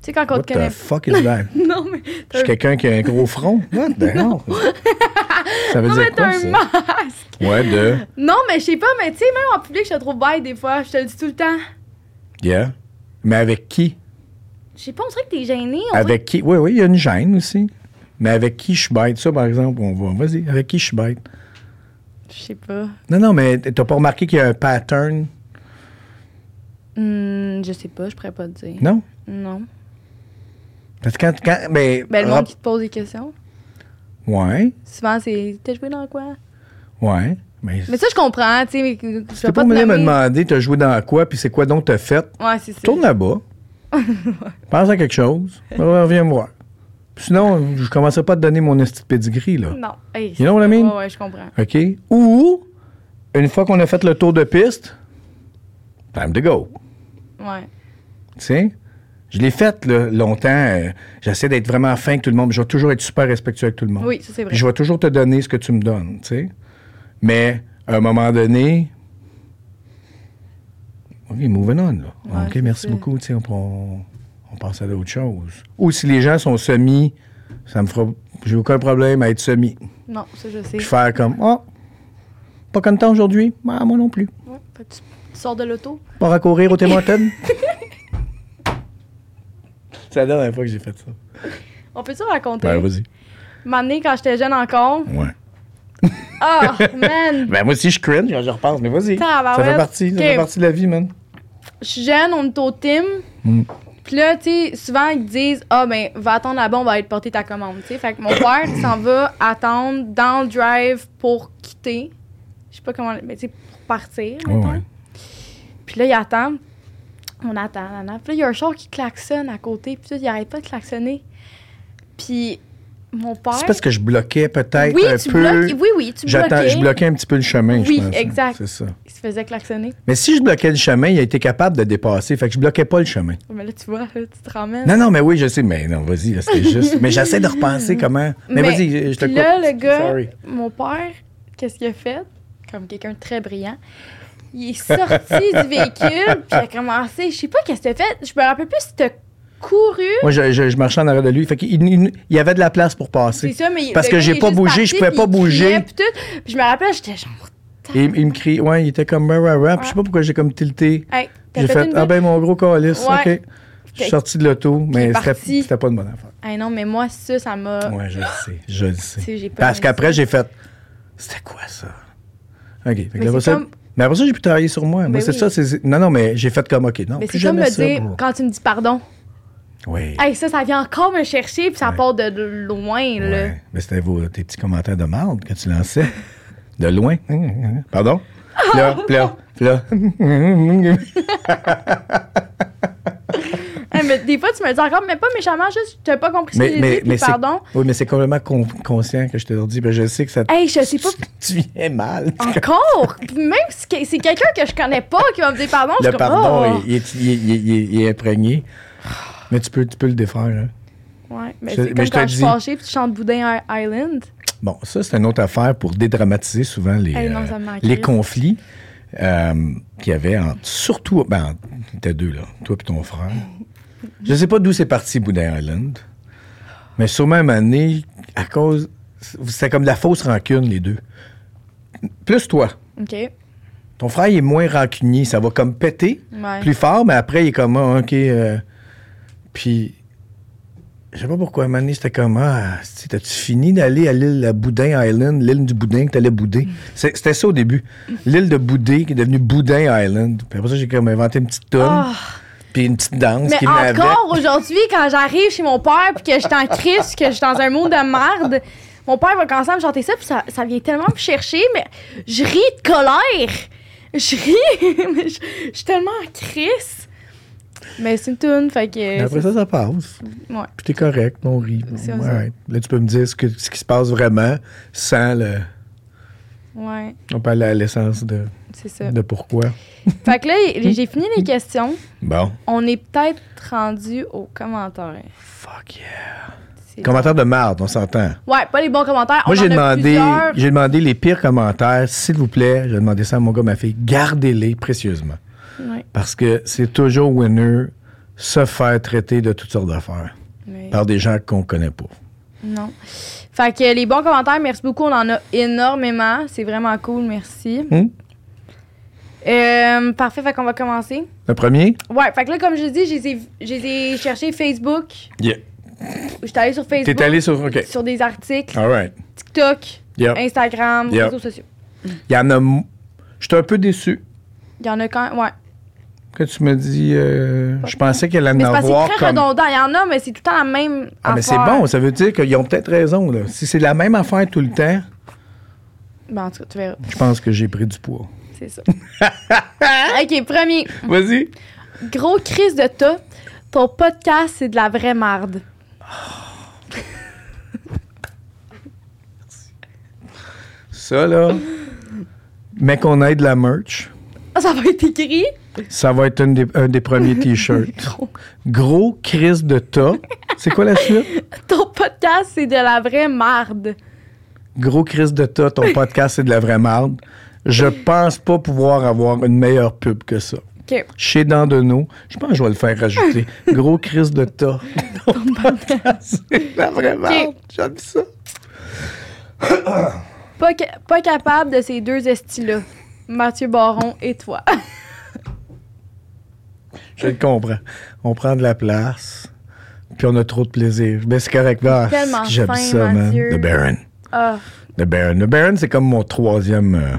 Speaker 2: sais, quand on
Speaker 1: What
Speaker 2: te connaît
Speaker 1: the fuck is that?
Speaker 2: (laughs) Non, mais.
Speaker 1: Je suis quelqu'un qui a un gros
Speaker 2: (laughs)
Speaker 1: front. What the hell? Ça veut
Speaker 2: Non, mais
Speaker 1: dire
Speaker 2: t'as
Speaker 1: quoi,
Speaker 2: un
Speaker 1: ça?
Speaker 2: masque!
Speaker 1: Ouais, de.
Speaker 2: Non, mais je sais pas, mais tu sais, même en public, je te trouve bête des fois. Je te le dis tout le temps.
Speaker 1: Yeah. Mais avec qui?
Speaker 2: Je sais pas, on dirait que t'es gêné. on dirait
Speaker 1: Avec qui? Oui, oui, il y a une gêne aussi. Mais avec qui je suis bête? Ça, par exemple, on va. Vas-y, avec qui je suis bête?
Speaker 2: que- Je sais pas.
Speaker 1: Non, non, mais t'as pas remarqué qu'il y a un pattern?
Speaker 2: Hmm, je sais pas, je pourrais pas te dire.
Speaker 1: Non?
Speaker 2: Non.
Speaker 1: Parce que quand. quand mais,
Speaker 2: Ben, le monde qui te pose des questions,
Speaker 1: Ouais,
Speaker 2: souvent, c'est. T'as joué dans quoi?
Speaker 1: ouais. Mais,
Speaker 2: Mais ça, je comprends, tu sais, mais que- que je
Speaker 1: t'es
Speaker 2: vais
Speaker 1: pas
Speaker 2: pas te
Speaker 1: venu me
Speaker 2: nommer.
Speaker 1: demander, t'as joué dans quoi, puis c'est quoi donc t'as fait?
Speaker 2: Ouais, c'est ça.
Speaker 1: Tourne
Speaker 2: (laughs)
Speaker 1: là-bas. Pense à quelque chose. Reviens me voir. Sinon, je commencerai pas à te donner mon esti de pedigree, là.
Speaker 2: Non. Hey,
Speaker 1: You know what I mean?
Speaker 2: Ouais, ouais, je comprends.
Speaker 1: OK? Ou, une fois qu'on a fait le tour de piste, time to go.
Speaker 2: Ouais.
Speaker 1: Tu sais? Je l'ai fait là, longtemps. euh, J'essaie d'être vraiment fin avec tout le monde. mais Je vais toujours être super respectueux avec tout le monde.
Speaker 2: Oui, ça, c'est vrai.
Speaker 1: Puis je vais toujours te donner ce que tu me donnes, tu sais. Mais à un moment donné, OK, moving on, là.
Speaker 2: Ouais,
Speaker 1: OK,
Speaker 2: c'est
Speaker 1: merci
Speaker 2: ça.
Speaker 1: beaucoup, tu sais, on, on, on passe à d'autres choses. Ou si les gens sont semi, ça me fera... J'ai aucun problème à être semi.
Speaker 2: Non, ça, je sais.
Speaker 1: Puis faire comme, oh, pas content aujourd'hui? Ah, moi non plus.
Speaker 2: Ouais, fait que tu, tu sors de l'auto.
Speaker 1: Pas raccourir au
Speaker 2: (laughs)
Speaker 1: Témontane? C'est la dernière fois que j'ai fait ça.
Speaker 2: On peut-tu raconter?
Speaker 1: Ben, vas-y.
Speaker 2: M'amener quand j'étais jeune encore.
Speaker 1: Ouais. (laughs)
Speaker 2: Ah, man!
Speaker 1: Ben, moi aussi, je cringe quand je repense, mais vas-y. Ça
Speaker 2: Tabarouette.
Speaker 1: fait partie, ça
Speaker 2: Ok.
Speaker 1: fait partie de la vie, man.
Speaker 2: Je suis jeune, on est au team.
Speaker 1: Mm.
Speaker 2: Puis là, tu sais, souvent, ils disent Ah, ben, va attendre là-bas, on va aller te porter ta commande. Tu sais, fait que mon père il s'en va attendre dans le drive pour quitter. Je sais pas comment. Mais tu sais, pour partir.
Speaker 1: Ouais,
Speaker 2: mettons.
Speaker 1: ouais.
Speaker 2: Puis là, il attend. On attend, on attend. Puis là, il y a un char qui klaxonne à côté. Puis là, il arrête pas de klaxonner. Puis mon père.
Speaker 1: C'est parce que je bloquais peut-être
Speaker 2: oui,
Speaker 1: un
Speaker 2: tu
Speaker 1: peu.
Speaker 2: bloques. Oui, oui, tu
Speaker 1: J'attends,
Speaker 2: bloquais.
Speaker 1: je bloquais un petit peu le chemin, je
Speaker 2: Oui,
Speaker 1: pense. hein.
Speaker 2: exact.
Speaker 1: C'est ça.
Speaker 2: Il se faisait klaxonner.
Speaker 1: Mais si je bloquais le chemin, il a été capable de dépasser. Fait que je bloquais pas le chemin.
Speaker 2: Mais là, tu vois, là, tu te ramènes.
Speaker 1: Non, non, mais oui, je sais. Mais non, vas-y, là, c'était
Speaker 2: (laughs)
Speaker 1: juste. Mais j'essaie de repenser comment. Mais, vas-y, je- je te
Speaker 2: puis
Speaker 1: coupe.
Speaker 2: là, le gars,
Speaker 1: Sorry.
Speaker 2: mon père, qu'est-ce qu'il a fait? Comme quelqu'un de très brillant. Il est sorti du véhicule, puis il a commencé. Je sais pas qu'est-ce que t'as fait. Je me rappelle plus si t'as couru.
Speaker 1: Moi, je, je- je marchais en arrière de lui. Fait qu'il il- il y avait de la place pour
Speaker 2: C'est
Speaker 1: passer.
Speaker 2: ça, mais.
Speaker 1: Parce
Speaker 2: le
Speaker 1: que
Speaker 2: gars,
Speaker 1: j'ai
Speaker 2: il est
Speaker 1: pas
Speaker 2: juste
Speaker 1: bougé, je
Speaker 2: parti,
Speaker 1: pouvais pas
Speaker 2: puis il
Speaker 1: bouger.
Speaker 2: criait, puis tout. Puis je me rappelle, j'étais genre.
Speaker 1: Et il, il me crie, ouais, il était comme, rah, rah, rah. Puis Je sais pas pourquoi j'ai comme tilté.
Speaker 2: Hey, t'as
Speaker 1: J'ai
Speaker 2: fait,
Speaker 1: fait,
Speaker 2: une
Speaker 1: ah
Speaker 2: bite?
Speaker 1: ben, mon gros calice.
Speaker 2: Ouais.
Speaker 1: OK. Je suis sorti de l'auto, mais c'était
Speaker 2: parti.
Speaker 1: c'était pas une bonne affaire.
Speaker 2: Hey, non, mais moi, ça, ça m'a.
Speaker 1: ben. Ouais, je le sais. Je le
Speaker 2: Tu sais, j'ai
Speaker 1: sais.
Speaker 2: pas
Speaker 1: Parce
Speaker 2: aimé
Speaker 1: qu'après, j'ai fait. C'était quoi ça? OK. Fait que
Speaker 2: Mais
Speaker 1: après
Speaker 2: c'est
Speaker 1: ça-
Speaker 2: comme-
Speaker 1: mais après ça, j'ai pu travailler sur moi. moi,
Speaker 2: Ben
Speaker 1: c'est
Speaker 2: oui.
Speaker 1: ça. c'est- Non, non, mais j'ai fait comme OK. Non,
Speaker 2: Mais
Speaker 1: plus
Speaker 2: c'est comme
Speaker 1: jamais
Speaker 2: me
Speaker 1: ça.
Speaker 2: dire,
Speaker 1: bro.
Speaker 2: quand tu me dis pardon,
Speaker 1: Oui.
Speaker 2: hey, ça, ça vient encore me chercher, puis ça
Speaker 1: Ouais.
Speaker 2: part de, de loin, là.
Speaker 1: Ouais. Mais c'était vos- tes petits commentaires de marde que tu lançais. (laughs) De loin. Pardon? Ah! Là, puis là, puis là.
Speaker 2: Hey, mais des fois, tu me dis encore, mais pas méchamment, juste, t'as pas compris ce que j'ai dit, puis
Speaker 1: c'est-
Speaker 2: pardon.
Speaker 1: Oui, mais c'est complètement con- conscient que je te le dis. Ben, je sais Ah, que ça te-
Speaker 2: Hey, je sais pas
Speaker 1: (laughs) tu viens mal. (laughs)
Speaker 2: encore. Puis même si que- c'est quelqu'un que je connais pas qui va me dire pardon, je
Speaker 1: Le
Speaker 2: suis comme,
Speaker 1: pardon,
Speaker 2: oh.
Speaker 1: il, est, il est- il est- il est- il est imprégné. Mais tu peux, tu peux le défaire. hein.
Speaker 2: Ouais, mais
Speaker 1: Je-
Speaker 2: c'est
Speaker 1: mais
Speaker 2: comme
Speaker 1: je te
Speaker 2: quand
Speaker 1: le
Speaker 2: je suis
Speaker 1: dis.
Speaker 2: fâchée, puis tu chantes Boudin I- Island.
Speaker 1: Bon, ça, c'est une autre affaire pour dédramatiser souvent les,
Speaker 2: Hey, non,
Speaker 1: euh,
Speaker 2: ça me manque,
Speaker 1: les
Speaker 2: Chris.
Speaker 1: conflits euh, qu'il y avait, entre- surtout, ben, t'as deux, là, toi et ton
Speaker 2: (laughs)
Speaker 1: frère. Je sais pas d'où c'est parti, Boudin Island, mais sûrement à un moment donné, à cause. C'était comme de la fausse rancune, les deux. Plus toi.
Speaker 2: OK.
Speaker 1: Ton frère, il est moins rancunier. Ça va comme péter
Speaker 2: Ouais.
Speaker 1: plus fort, mais après, il est comme, ah, OK. euh, puis, je sais pas pourquoi, à un moment donné, c'était comme, ah, tu sais, t'as-tu fini d'aller à l'île à Boudin Island, l'île du Boudin que t'allais
Speaker 2: Mm.
Speaker 1: bouder? C'est- C'était ça au début. L'île de Boudin qui est devenue Boudin Island. Puis après ça, j'ai comme inventé une petite tonne.
Speaker 2: Ah.
Speaker 1: puis une petite danse
Speaker 2: Mais
Speaker 1: qui venait avec.
Speaker 2: encore aujourd'hui, quand j'arrive chez mon père puis que je suis en crise, que je suis dans un monde de merde, mon père va commencer à me chanter ça puis ça, ça vient tellement me chercher, mais je ris de colère. Je ris, (laughs) mais je, je suis tellement en crise. Mais c'est une toune, fait
Speaker 1: Mais
Speaker 2: que.
Speaker 1: après ça, ça passe.
Speaker 2: Ouais.
Speaker 1: Puis t'es correct, on rit.
Speaker 2: C'est
Speaker 1: Ouais.
Speaker 2: ça.
Speaker 1: Là, tu peux me dire ce, que- ce qui se passe vraiment sans le.
Speaker 2: Ouais,
Speaker 1: On peut aller à l'essence de,
Speaker 2: c'est ça.
Speaker 1: de pourquoi.
Speaker 2: Fait que là, j'ai fini les questions.
Speaker 1: Bon.
Speaker 2: On est peut-être rendu aux commentaires.
Speaker 1: Fuck yeah.
Speaker 2: C'est-
Speaker 1: Commentaire de marde, on s'entend.
Speaker 2: Ouais, pas les bons commentaires.
Speaker 1: Moi,
Speaker 2: On
Speaker 1: j'ai
Speaker 2: en a
Speaker 1: demandé,
Speaker 2: plusieurs.
Speaker 1: j'ai demandé les pires commentaires, s'il vous plaît. J'ai demandé ça à mon gars, ma fille. Gardez-les précieusement.
Speaker 2: Ouais,
Speaker 1: Parce que c'est toujours winner se faire traiter de toutes sortes d'affaires
Speaker 2: mais-
Speaker 1: par des gens qu'on connaît pas.
Speaker 2: Non. Fait que les bons commentaires, merci beaucoup. On en a énormément. C'est vraiment cool. Merci.
Speaker 1: Hum?
Speaker 2: Euh, parfait. Fait qu'on va commencer.
Speaker 1: Le premier?
Speaker 2: Ouais. Fait que là, comme je dis, j'ai les ai- je les ai cherchés Facebook.
Speaker 1: Yeah.
Speaker 2: J'étais allée sur Facebook.
Speaker 1: T'es allé sur. OK.
Speaker 2: Sur des articles,
Speaker 1: All right.
Speaker 2: TikTok,
Speaker 1: Yeah.
Speaker 2: Instagram,
Speaker 1: Yep.
Speaker 2: réseaux sociaux.
Speaker 1: Il y en a. m- J'étais un peu déçu
Speaker 2: Il y en a quand Ouais.
Speaker 1: que tu me dis. euh, je pensais qu'elle allait
Speaker 2: Mais
Speaker 1: en
Speaker 2: c'est parce que
Speaker 1: avoir
Speaker 2: c'est très
Speaker 1: comme.
Speaker 2: redondant. Il y en a, mais c'est tout le temps la même.
Speaker 1: Ah, mais c'est
Speaker 2: affaire.
Speaker 1: bon, ça veut dire qu'ils ont peut-être raison. Là. Si c'est la même affaire tout le temps,
Speaker 2: Ben, en tout cas, tu verras.
Speaker 1: je pense que j'ai pris du poids.
Speaker 2: C'est ça. ok, premier.
Speaker 1: Vas-y.
Speaker 2: Gros crise de tas. Ton podcast, c'est de la vraie marde.
Speaker 1: Ça, là. Mais qu'on ait de la merch,
Speaker 2: Ah, Ça va être écrit.
Speaker 1: ça va être un des, un des premiers T-shirts. Gros crise de tas. C'est quoi la suite?
Speaker 2: Ton podcast, c'est de la vraie marde.
Speaker 1: Gros crise de tas, ton podcast, c'est de la vraie marde. Je pense pas pouvoir avoir une meilleure pub que ça.
Speaker 2: OK.
Speaker 1: Chez Dandeneau, je pense que je vais le faire rajouter. Gros crise de tas. Ton podcast, (laughs) c'est de la vraie marde. J'aime ça.
Speaker 2: Pas, ca- pas capable de ces deux estis-là. Mathieu Baron et toi. (laughs)
Speaker 1: Je le comprends. On prend de la place, puis on a trop de plaisir. Mais c'est correct. Ah,
Speaker 2: Tellement
Speaker 1: c'est que J'aime
Speaker 2: fin,
Speaker 1: ça, man.
Speaker 2: Mathieu.
Speaker 1: The Baron.
Speaker 2: Ah.
Speaker 1: The Baron. The Baron, c'est comme mon troisième. euh,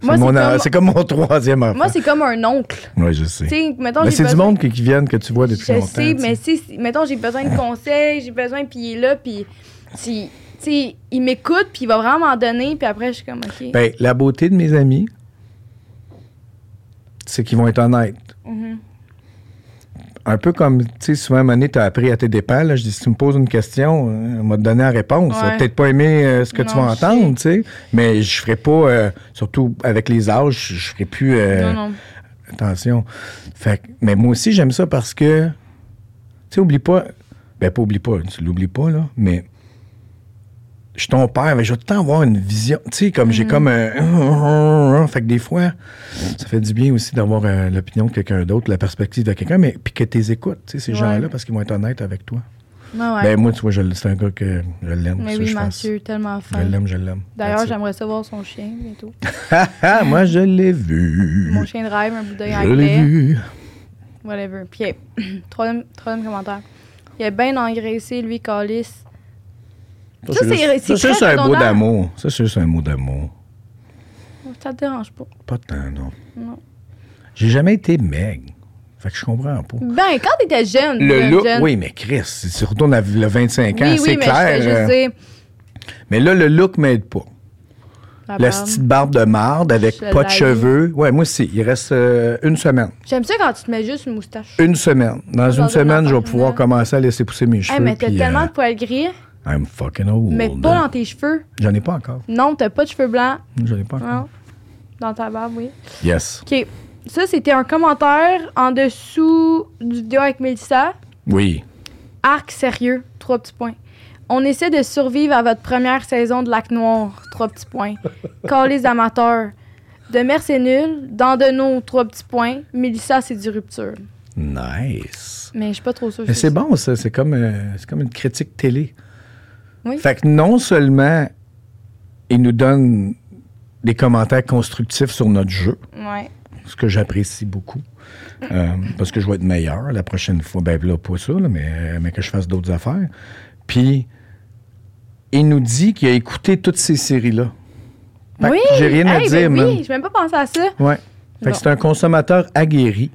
Speaker 1: c'est
Speaker 2: Moi, c'est
Speaker 1: mon- euh,
Speaker 2: comme-
Speaker 1: c'est comme... mon troisième enfant.
Speaker 2: Moi, c'est comme un oncle.
Speaker 1: Oui, je sais.
Speaker 2: Tu sais, mettons,
Speaker 1: mais
Speaker 2: j'ai
Speaker 1: c'est du
Speaker 2: besoin-
Speaker 1: monde qui, qui viennent que tu vois depuis
Speaker 2: Je
Speaker 1: longtemps.
Speaker 2: sais,
Speaker 1: tu
Speaker 2: mais si, si- mettons, j'ai besoin de conseils, j'ai besoin, puis il est là, puis si- tu sais, il m'écoute, puis il va vraiment m'en donner, puis après, je suis comme, OK.
Speaker 1: Ben, la beauté de mes amis, c'est qu'ils vont être honnêtes.
Speaker 2: Mhm.
Speaker 1: Un peu comme, tu sais, souvent, à un moment donné, t'as appris à tes dépens. Là, je dis, si tu me poses une question, euh, on va te donner la réponse.
Speaker 2: Ouais.
Speaker 1: Tu peut-être pas aimé euh, ce que tu
Speaker 2: Non,
Speaker 1: vas
Speaker 2: je sais.
Speaker 1: entendre, tu sais. Mais je ferai pas, euh, surtout avec les âges, je ferai plus euh,
Speaker 2: non, non.
Speaker 1: attention. Fait, que- mais moi aussi, j'aime ça parce que, tu sais, oublie pas, ben pas oublie pas, tu l'oublies pas, là, mais je suis ton père, mais je vais tout le temps avoir une vision. Tu sais, comme
Speaker 2: Mm-hmm.
Speaker 1: j'ai comme un... Fait que des fois, ça fait du bien aussi d'avoir euh, l'opinion de quelqu'un d'autre, la perspective de quelqu'un, mais puis que t'es écoutes, tu sais, ces
Speaker 2: Ouais.
Speaker 1: gens-là, parce qu'ils vont être honnêtes avec toi.
Speaker 2: Ouais, ouais.
Speaker 1: Ben moi, tu vois, je le- c'est un gars que je l'aime.
Speaker 2: mais
Speaker 1: ça,
Speaker 2: oui,
Speaker 1: je pense.
Speaker 2: Mathieu, tellement
Speaker 1: Je
Speaker 2: fin.
Speaker 1: l'aime, je l'aime.
Speaker 2: D'ailleurs,
Speaker 1: That's it. Mm-hmm.
Speaker 2: j'aimerais savoir son chien bientôt.
Speaker 1: moi, je l'ai vu.
Speaker 2: Mon chien de rêve, un bout d'œil
Speaker 1: Je l'ai
Speaker 2: anglais.
Speaker 1: vu.
Speaker 2: Whatever. Puis, hey, (clears throat) troisième, troisième commentaire. Il est bien engraissé, lui, Calis. Ça, c'est- c'est
Speaker 1: Ça, c'est juste
Speaker 2: très
Speaker 1: un mot
Speaker 2: redondant.
Speaker 1: d'amour. Ça, c'est juste un mot d'amour.
Speaker 2: Oh, Ça te dérange pas.
Speaker 1: Pas tant, non.
Speaker 2: Non.
Speaker 1: J'ai jamais été maigre. Fait que je comprends pas.
Speaker 2: Ben, quand t'étais jeune,
Speaker 1: Le
Speaker 2: jeune,
Speaker 1: look,
Speaker 2: jeune.
Speaker 1: oui, mais Chris, si tu retournes à le 25 ans,
Speaker 2: oui,
Speaker 1: c'est
Speaker 2: oui, mais
Speaker 1: clair.
Speaker 2: je
Speaker 1: euh,
Speaker 2: sais, je sais.
Speaker 1: mais là, le look m'aide pas.
Speaker 2: La
Speaker 1: La
Speaker 2: barbe.
Speaker 1: petite barbe de marde avec
Speaker 2: Ah ben. Je
Speaker 1: pas de
Speaker 2: l'haïs.
Speaker 1: cheveux. Ouais, moi aussi. Il reste euh, une semaine.
Speaker 2: J'aime ça quand tu te mets juste une moustache.
Speaker 1: Une semaine. Dans
Speaker 2: Dans
Speaker 1: une
Speaker 2: une
Speaker 1: semaine, je vais
Speaker 2: affaire,
Speaker 1: pouvoir
Speaker 2: là.
Speaker 1: commencer à laisser pousser mes cheveux.
Speaker 2: Hey, mais t'as
Speaker 1: puis,
Speaker 2: tellement
Speaker 1: euh,
Speaker 2: de poils gris,
Speaker 1: I'm fucking old. hein.
Speaker 2: mais pas dans tes cheveux.
Speaker 1: J'en ai pas encore.
Speaker 2: Non, t'as pas de cheveux blancs.
Speaker 1: J'en ai pas encore.
Speaker 2: Non. Dans ta barbe, oui.
Speaker 1: Yes.
Speaker 2: OK. Ça, c'était un commentaire en dessous du vidéo avec Mélissa.
Speaker 1: Oui.
Speaker 2: Arc sérieux, trois petits points. On essaie de survivre à votre première saison de Lac Noir, trois petits
Speaker 1: (laughs)
Speaker 2: points. les amateurs. Demer, c'est nul. Dans de nos, trois petits points. Mélissa, c'est du rupture.
Speaker 1: Nice.
Speaker 2: Mais je suis pas trop sûre.
Speaker 1: Mais c'est bon, ça. C'est comme, euh, c'est comme une critique télé.
Speaker 2: Oui.
Speaker 1: Fait que non seulement il nous donne des commentaires constructifs sur notre jeu,
Speaker 2: Ouais.
Speaker 1: ce que j'apprécie beaucoup, euh, parce que je vais être meilleur la prochaine fois. Ben là, pas ça, là, mais, euh, mais que je fasse d'autres affaires. Puis, il nous dit qu'il a écouté toutes ces séries-là. Fait que
Speaker 2: oui!
Speaker 1: j'ai rien à
Speaker 2: Hey,
Speaker 1: dire,
Speaker 2: ben
Speaker 1: man.
Speaker 2: Oui, je même pas pensé à ça.
Speaker 1: Ouais. Fait
Speaker 2: Bon.
Speaker 1: que c'est un consommateur aguerri.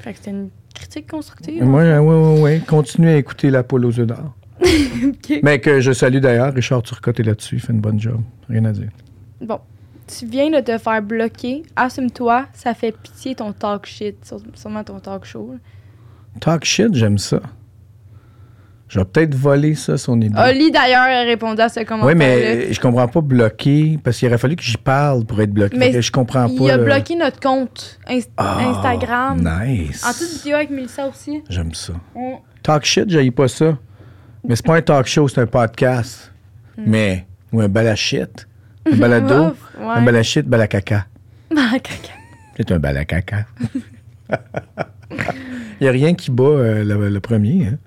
Speaker 2: Fait que c'était une critique constructive.
Speaker 1: Moi, oui, oui, oui. Continuez à écouter la poule aux yeux d'or.
Speaker 2: hein. (laughs) Ok.
Speaker 1: Mais que je salue d'ailleurs, Richard Turcotte est là-dessus, il fait une bonne job. Rien à dire.
Speaker 2: Bon. Tu viens de te faire bloquer. Assume-toi, ça fait pitié ton talk shit. sur- Sûrement ton talk show. là.
Speaker 1: Talk shit, j'aime ça. Je vais peut-être voler ça, son idée.
Speaker 2: Oli, d'ailleurs, a répondu à ce commentaire.
Speaker 1: Oui, mais je comprends pas bloquer, parce qu'il aurait fallu que j'y parle pour être bloqué.
Speaker 2: Mais
Speaker 1: Fait que je comprends pas.
Speaker 2: Il a
Speaker 1: là.
Speaker 2: bloqué notre compte
Speaker 1: euh,
Speaker 2: Inst-
Speaker 1: Ah,
Speaker 2: Instagram.
Speaker 1: Nice.
Speaker 2: En toute vidéo avec Melissa aussi.
Speaker 1: J'aime ça.
Speaker 2: On-
Speaker 1: Talk shit, j'aille pas ça. Mais c'est pas un talk show, c'est un podcast.
Speaker 2: Hmm.
Speaker 1: Mais, ou un balachit. Un balado.
Speaker 2: Ouf, (laughs) ouais.
Speaker 1: Un balachit, balacaca.
Speaker 2: Ah, caca.
Speaker 1: C'est un (laughs) balacaca. Il n'y a rien qui bat euh, le, le premier. hein.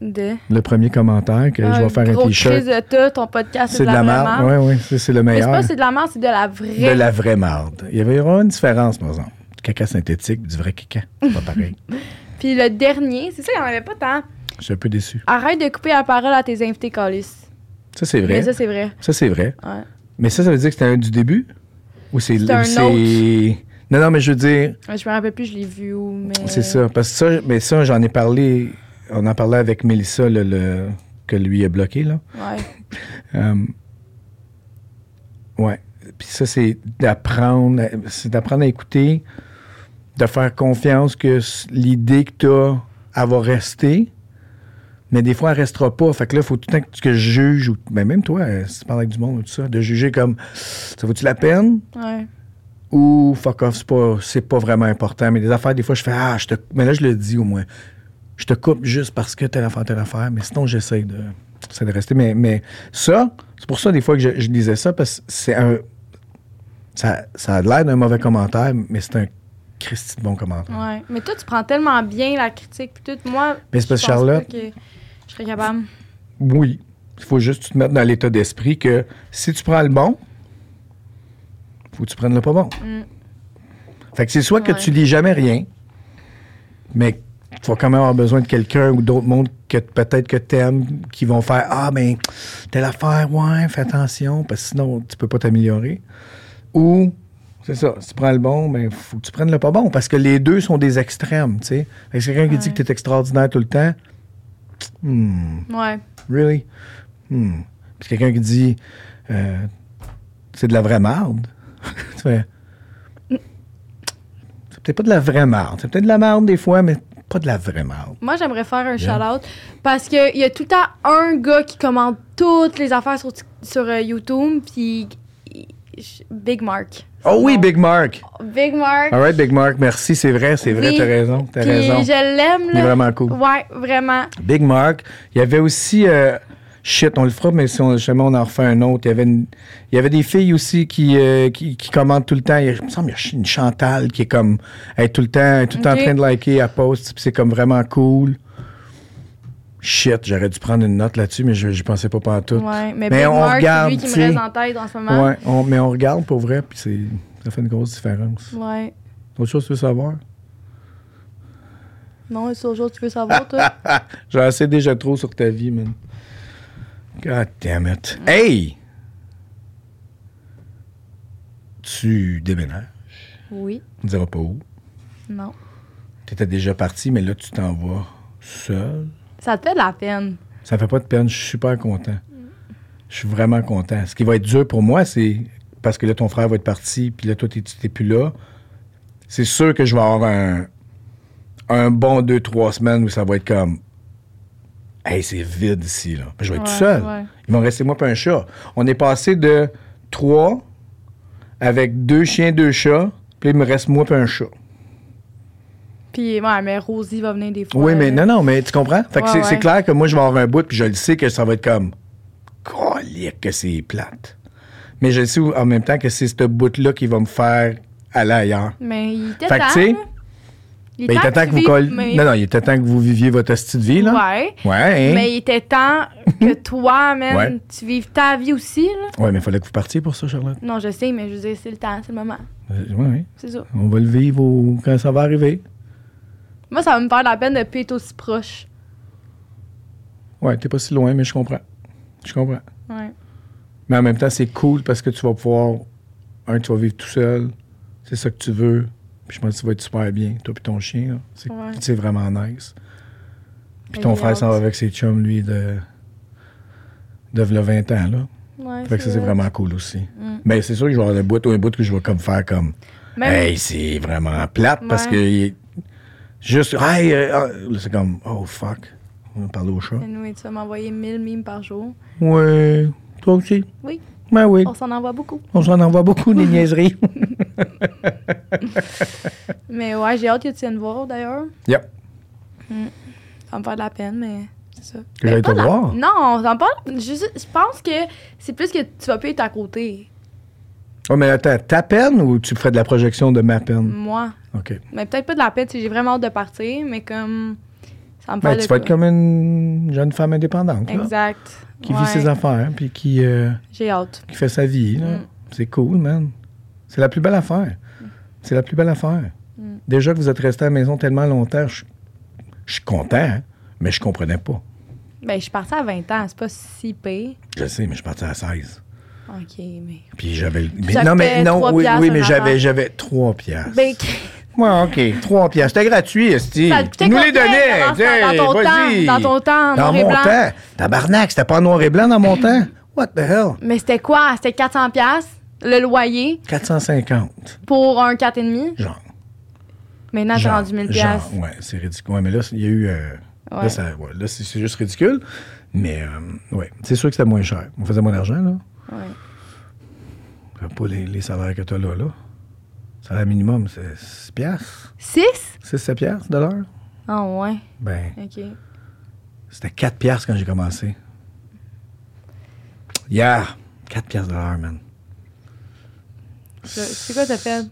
Speaker 2: De. Ah,
Speaker 1: Le premier commentaire que je vais faire un
Speaker 2: gros crise
Speaker 1: t-shirt.
Speaker 2: de tas, ton podcast,
Speaker 1: C'est de la merde.
Speaker 2: vraie merde.
Speaker 1: Oui, oui, c'est c'est le
Speaker 2: Mais c'est
Speaker 1: meilleur.
Speaker 2: pas c'est de la merde, c'est de la vraie.
Speaker 1: De la vraie marde. Il y avait il y aura une différence, par exemple. Du caca synthétique, du vrai caca. C'est pas pareil.
Speaker 2: Puis le dernier, c'est ça, il n'y en avait pas tant.
Speaker 1: Je suis un peu déçu.
Speaker 2: Arrête de couper la parole à tes invités, Calis.
Speaker 1: Ça, c'est vrai.
Speaker 2: Mais
Speaker 1: Ça,
Speaker 2: ça, c'est vrai.
Speaker 1: c'est vrai.
Speaker 2: Ouais.
Speaker 1: Mais ça, ça veut dire que c'était un du début? Ou c'est...
Speaker 2: C'est un
Speaker 1: ou c'est- Non, non, mais je veux dire,
Speaker 2: Je me rappelle plus, je l'ai vu où, mais.
Speaker 1: c'est ça. Parce que ça, mais ça, j'en ai parlé... On en parlait avec Mélissa, le, le- que lui est bloqué, là.
Speaker 2: Ouais.
Speaker 1: Euh, ouais. Puis ça, c'est d'apprendre, à- c'est d'apprendre à écouter, de faire confiance que s- l'idée que tu as, elle va rester, mais des fois, elle restera pas. Fait que là, il faut tout le temps que tu que je juges, ou, ben, même toi, euh, si tu parles avec du monde ou tout ça, de juger comme ça vaut-tu la peine
Speaker 2: Ouais.
Speaker 1: ou fuck off, c'est pas, c'est pas vraiment important. Mais des affaires, des fois, je fais ah, je te. Mais là, je le dis au moins. Je te coupe juste parce que telle affaire, telle affaire. Mais sinon, j'essaie de, j'essaie de rester. Mais, mais ça, c'est pour ça, des fois, que je, je disais ça, parce que c'est un. Ça, ça a l'air d'un mauvais commentaire, mais c'est un Christi de bon commentaire.
Speaker 2: Ouais. Mais toi, tu prends tellement bien la critique. Puis tout, moi.
Speaker 1: Mais c'est
Speaker 2: je
Speaker 1: parce que
Speaker 2: pense
Speaker 1: Charlotte-
Speaker 2: pas que Je serais capable.
Speaker 1: Oui. Il faut juste que tu te mettre dans l'état d'esprit que si tu prends le bon, faut que tu prennes le pas bon.
Speaker 2: Mm.
Speaker 1: Fait que c'est soit que
Speaker 2: Ouais.
Speaker 1: tu lis jamais rien, mais tu vas quand même avoir besoin de quelqu'un ou d'autres mondes que t- peut-être que t'aimes qui vont faire Ah, mais telle affaire, ouais, fais attention, parce que sinon, tu peux pas t'améliorer. Ou, c'est ça, si tu prends le bon, mais faut que tu prennes le pas bon, parce que les deux sont des extrêmes, tu sais. Fait que c'est quelqu'un qui dit
Speaker 2: Ouais.
Speaker 1: que t'es extraordinaire tout le temps, hmm,
Speaker 2: Ouais.
Speaker 1: Really? Hmm. Puis quelqu'un qui dit euh, c'est de la vraie marde. (laughs) tu fais c'est peut-être pas de la vraie marde. C'est peut-être de la marde des fois, mais pas de la vraie marde.
Speaker 2: Moi, j'aimerais faire un
Speaker 1: Yeah.
Speaker 2: shout-out parce qu'il y a tout le temps un gars qui commande toutes les affaires sur, Tik- sur euh, YouTube, puis il- je- Big Mark.
Speaker 1: Oh oui,
Speaker 2: Non.
Speaker 1: Big Mark.
Speaker 2: Big Mark.
Speaker 1: All right, Big Mark, merci. C'est vrai, Ah c'est vrai,
Speaker 2: Oui.
Speaker 1: t'as raison. T'as
Speaker 2: Puis
Speaker 1: raison.
Speaker 2: je l'aime, là.
Speaker 1: Il est vraiment cool.
Speaker 2: Ouais, vraiment.
Speaker 1: Big Mark. Il y avait aussi. euh, Shit, on le fera, mais si on, jamais on en refait un autre. Il y avait, une- il y avait des filles aussi qui, euh, qui, qui commentent tout le temps. Il y a, il me semble qu'il y a une Chantal qui est comme. Elle est tout le temps, elle est tout le temps
Speaker 2: Ok.
Speaker 1: en train de liker, elle poste, puis c'est comme vraiment cool. Shit, j'aurais dû prendre une note là-dessus, mais je n'y pensais pas pas tout.
Speaker 2: Ouais, mais,
Speaker 1: Mais
Speaker 2: Big
Speaker 1: on
Speaker 2: Mark,
Speaker 1: regarde,
Speaker 2: c'est lui qui
Speaker 1: tu
Speaker 2: me
Speaker 1: sais.
Speaker 2: reste en tête en ce moment.
Speaker 1: mais on regarde pour vrai, puis c'est, ça fait une grosse différence.
Speaker 2: Ouais.
Speaker 1: Autre chose, tu veux savoir?
Speaker 2: Non, c'est toujours tu veux savoir,
Speaker 1: (laughs)
Speaker 2: toi.
Speaker 1: J'en sais déjà trop sur ta vie, man. God damn it. Hey! Tu déménages.
Speaker 2: oui.
Speaker 1: On ne dira pas où.
Speaker 2: Non.
Speaker 1: Tu étais déjà parti, mais là, tu t'en vas seul.
Speaker 2: Ça te fait de la peine.
Speaker 1: Ça fait pas de peine. Je suis super content. Je suis vraiment content. Ce qui va être dur pour moi, c'est parce que là, ton frère va être parti, puis là, toi, t'es- tu n'es plus là. C'est sûr que je vais avoir un, un bon deux, trois semaines où ça va être comme. Hey, c'est vide ici, là. Je vais être
Speaker 2: Ouais,
Speaker 1: seul.
Speaker 2: ouais.
Speaker 1: Il va me rester moi pas un chat. On est passé de trois avec deux chiens, deux chats, puis il me reste moi pas un chat.
Speaker 2: Puis, ouais, mais Rosie va venir des fois.
Speaker 1: Oui, mais
Speaker 2: euh,
Speaker 1: non, non, mais tu comprends? Fait que
Speaker 2: Ouais,
Speaker 1: c'est, c'est
Speaker 2: ouais.
Speaker 1: clair que moi, je vais avoir un bout, puis je le sais que ça va être comme. Colique que c'est plate. Mais je le sais en même temps que c'est ce bout-là qui va me faire aller ailleurs.
Speaker 2: Mais il était
Speaker 1: Fait que,
Speaker 2: temps.
Speaker 1: tu sais,
Speaker 2: là. Il
Speaker 1: Ben, il
Speaker 2: était
Speaker 1: était temps que vous colle-
Speaker 2: mais-
Speaker 1: Non, non, il était temps que vous viviez votre style de vie, là.
Speaker 2: Ouais.
Speaker 1: Ouais. hein?
Speaker 2: Mais il était temps que toi, man,
Speaker 1: Ouais.
Speaker 2: tu vives ta vie aussi, là.
Speaker 1: Ouais, mais il fallait que vous partiez pour ça, Charlotte.
Speaker 2: Non, je sais, mais je veux dire, c'est le temps, c'est le moment.
Speaker 1: Euh, ouais, ouais.
Speaker 2: C'est ça.
Speaker 1: On va le vivre au- quand ça va arriver.
Speaker 2: Moi, ça va me faire de la peine de plus être aussi proche.
Speaker 1: Ouais, t'es pas si loin, mais je comprends. Je comprends.
Speaker 2: Ouais.
Speaker 1: Mais en même temps, c'est cool parce que tu vas pouvoir. Un, tu vas vivre tout seul. C'est ça que tu veux. Puis je pense que tu vas être super bien, toi puis ton chien. là. C'est
Speaker 2: Ouais.
Speaker 1: c'est vraiment nice. Puis
Speaker 2: Mais
Speaker 1: ton
Speaker 2: j'ai
Speaker 1: frère
Speaker 2: hâte.
Speaker 1: s'en va avec ses chums, lui, de. de v'là 20 ans, là.
Speaker 2: Ouais,
Speaker 1: Fait que ça, c'est
Speaker 2: vrai. Mm.
Speaker 1: vraiment cool aussi. Mais c'est sûr que je vais avoir un bout ou un bout que je vais comme faire comme.
Speaker 2: Même-
Speaker 1: Hey, c'est vraiment plate parce
Speaker 2: Ouais.
Speaker 1: que. il est Juste. Hey, euh, ah, là, c'est comme. Oh, fuck. On va parler au chat.
Speaker 2: Anyway, tu vas m'envoyer 1000 mimes par jour.
Speaker 1: Ouais. Toi aussi.
Speaker 2: Oui, Oh.
Speaker 1: Ben oui.
Speaker 2: on s'en envoie beaucoup.
Speaker 1: On s'en envoie beaucoup des niaiseries.
Speaker 2: Mais ouais, j'ai hâte que tu viennes voir d'ailleurs.
Speaker 1: yep.
Speaker 2: Ça va me faire de la peine, mais c'est ça.
Speaker 1: Que
Speaker 2: Ben,
Speaker 1: j'aille
Speaker 2: pas
Speaker 1: te
Speaker 2: de la-
Speaker 1: voir?
Speaker 2: Non, ça me parle. Je, je pense que c'est plus que tu vas plus être à côté.
Speaker 1: Oh, mais attends, ta peine ou tu ferais de la projection de ma peine?
Speaker 2: Moi.
Speaker 1: OK. Ben,
Speaker 2: Mais peut-être pas de la peine, tu sais, j'ai vraiment hâte de partir, mais comme. Ça me
Speaker 1: Ben,
Speaker 2: fait
Speaker 1: tu vas être comme une jeune femme indépendante, là,
Speaker 2: Exact.
Speaker 1: qui
Speaker 2: Ouais,
Speaker 1: vit ses affaires, puis qui, euh,
Speaker 2: J'ai hâte.
Speaker 1: qui fait sa vie. là.
Speaker 2: Mm.
Speaker 1: C'est cool, man. C'est la plus belle affaire. C'est la plus belle affaire.
Speaker 2: Mm.
Speaker 1: Déjà que vous êtes resté à la maison tellement longtemps, je je suis content, hein, mais je comprenais pas.
Speaker 2: Ben, je suis partie à 20 ans, c'est pas si pire.
Speaker 1: Je sais, mais je suis parti à 16.
Speaker 2: Ok, mais.
Speaker 1: Puis j'avais... le- mais-
Speaker 2: Ça
Speaker 1: non, mais
Speaker 2: coûtait
Speaker 1: non,
Speaker 2: trois
Speaker 1: oui,
Speaker 2: piastres,
Speaker 1: oui,
Speaker 2: un
Speaker 1: mais
Speaker 2: enfant.
Speaker 1: j'avais j'avais 3 piastres.
Speaker 2: Ben,
Speaker 1: Ouais, OK. 3 piastres. C'était gratuit, Esti.
Speaker 2: Ça te coûtait
Speaker 1: Tu nous les
Speaker 2: combien,
Speaker 1: donnais.
Speaker 2: dans- dans
Speaker 1: Hey,
Speaker 2: ton
Speaker 1: vas-y.
Speaker 2: temps, dans ton temps,
Speaker 1: Dans
Speaker 2: en noir et
Speaker 1: mon
Speaker 2: blanc.
Speaker 1: temps. Tabarnak, c'était pas en noir et blanc dans mon temps. What the hell?
Speaker 2: mais c'était quoi? C'était 400$ piastres, le loyer
Speaker 1: 450,
Speaker 2: pour un 4,5?
Speaker 1: genre.
Speaker 2: Maintenant, j'ai
Speaker 1: genre,
Speaker 2: rendu 1000$.
Speaker 1: genre,
Speaker 2: piastres.
Speaker 1: ouais, c'est ridicule. Ouais, mais là, il y a eu... euh, Là,
Speaker 2: Ouais.
Speaker 1: ça- ouais, là, c'est c'est juste ridicule. Mais, euh, ouais, c'est sûr que c'était moins cher. On faisait moins d'argent, là.
Speaker 2: Ouais.
Speaker 1: Fait Pas les, les salaires que t'as là, là. Salaire minimum, c'est 6 piastres.
Speaker 2: 6?
Speaker 1: 6, 7 piastres de l'heure.
Speaker 2: Ah, ouais.
Speaker 1: Ben,
Speaker 2: Ok.
Speaker 1: C'était 4 piastres quand j'ai commencé. Hier, 4 piastres de l'heure, man.
Speaker 2: Fleur- C'est quoi ta fait?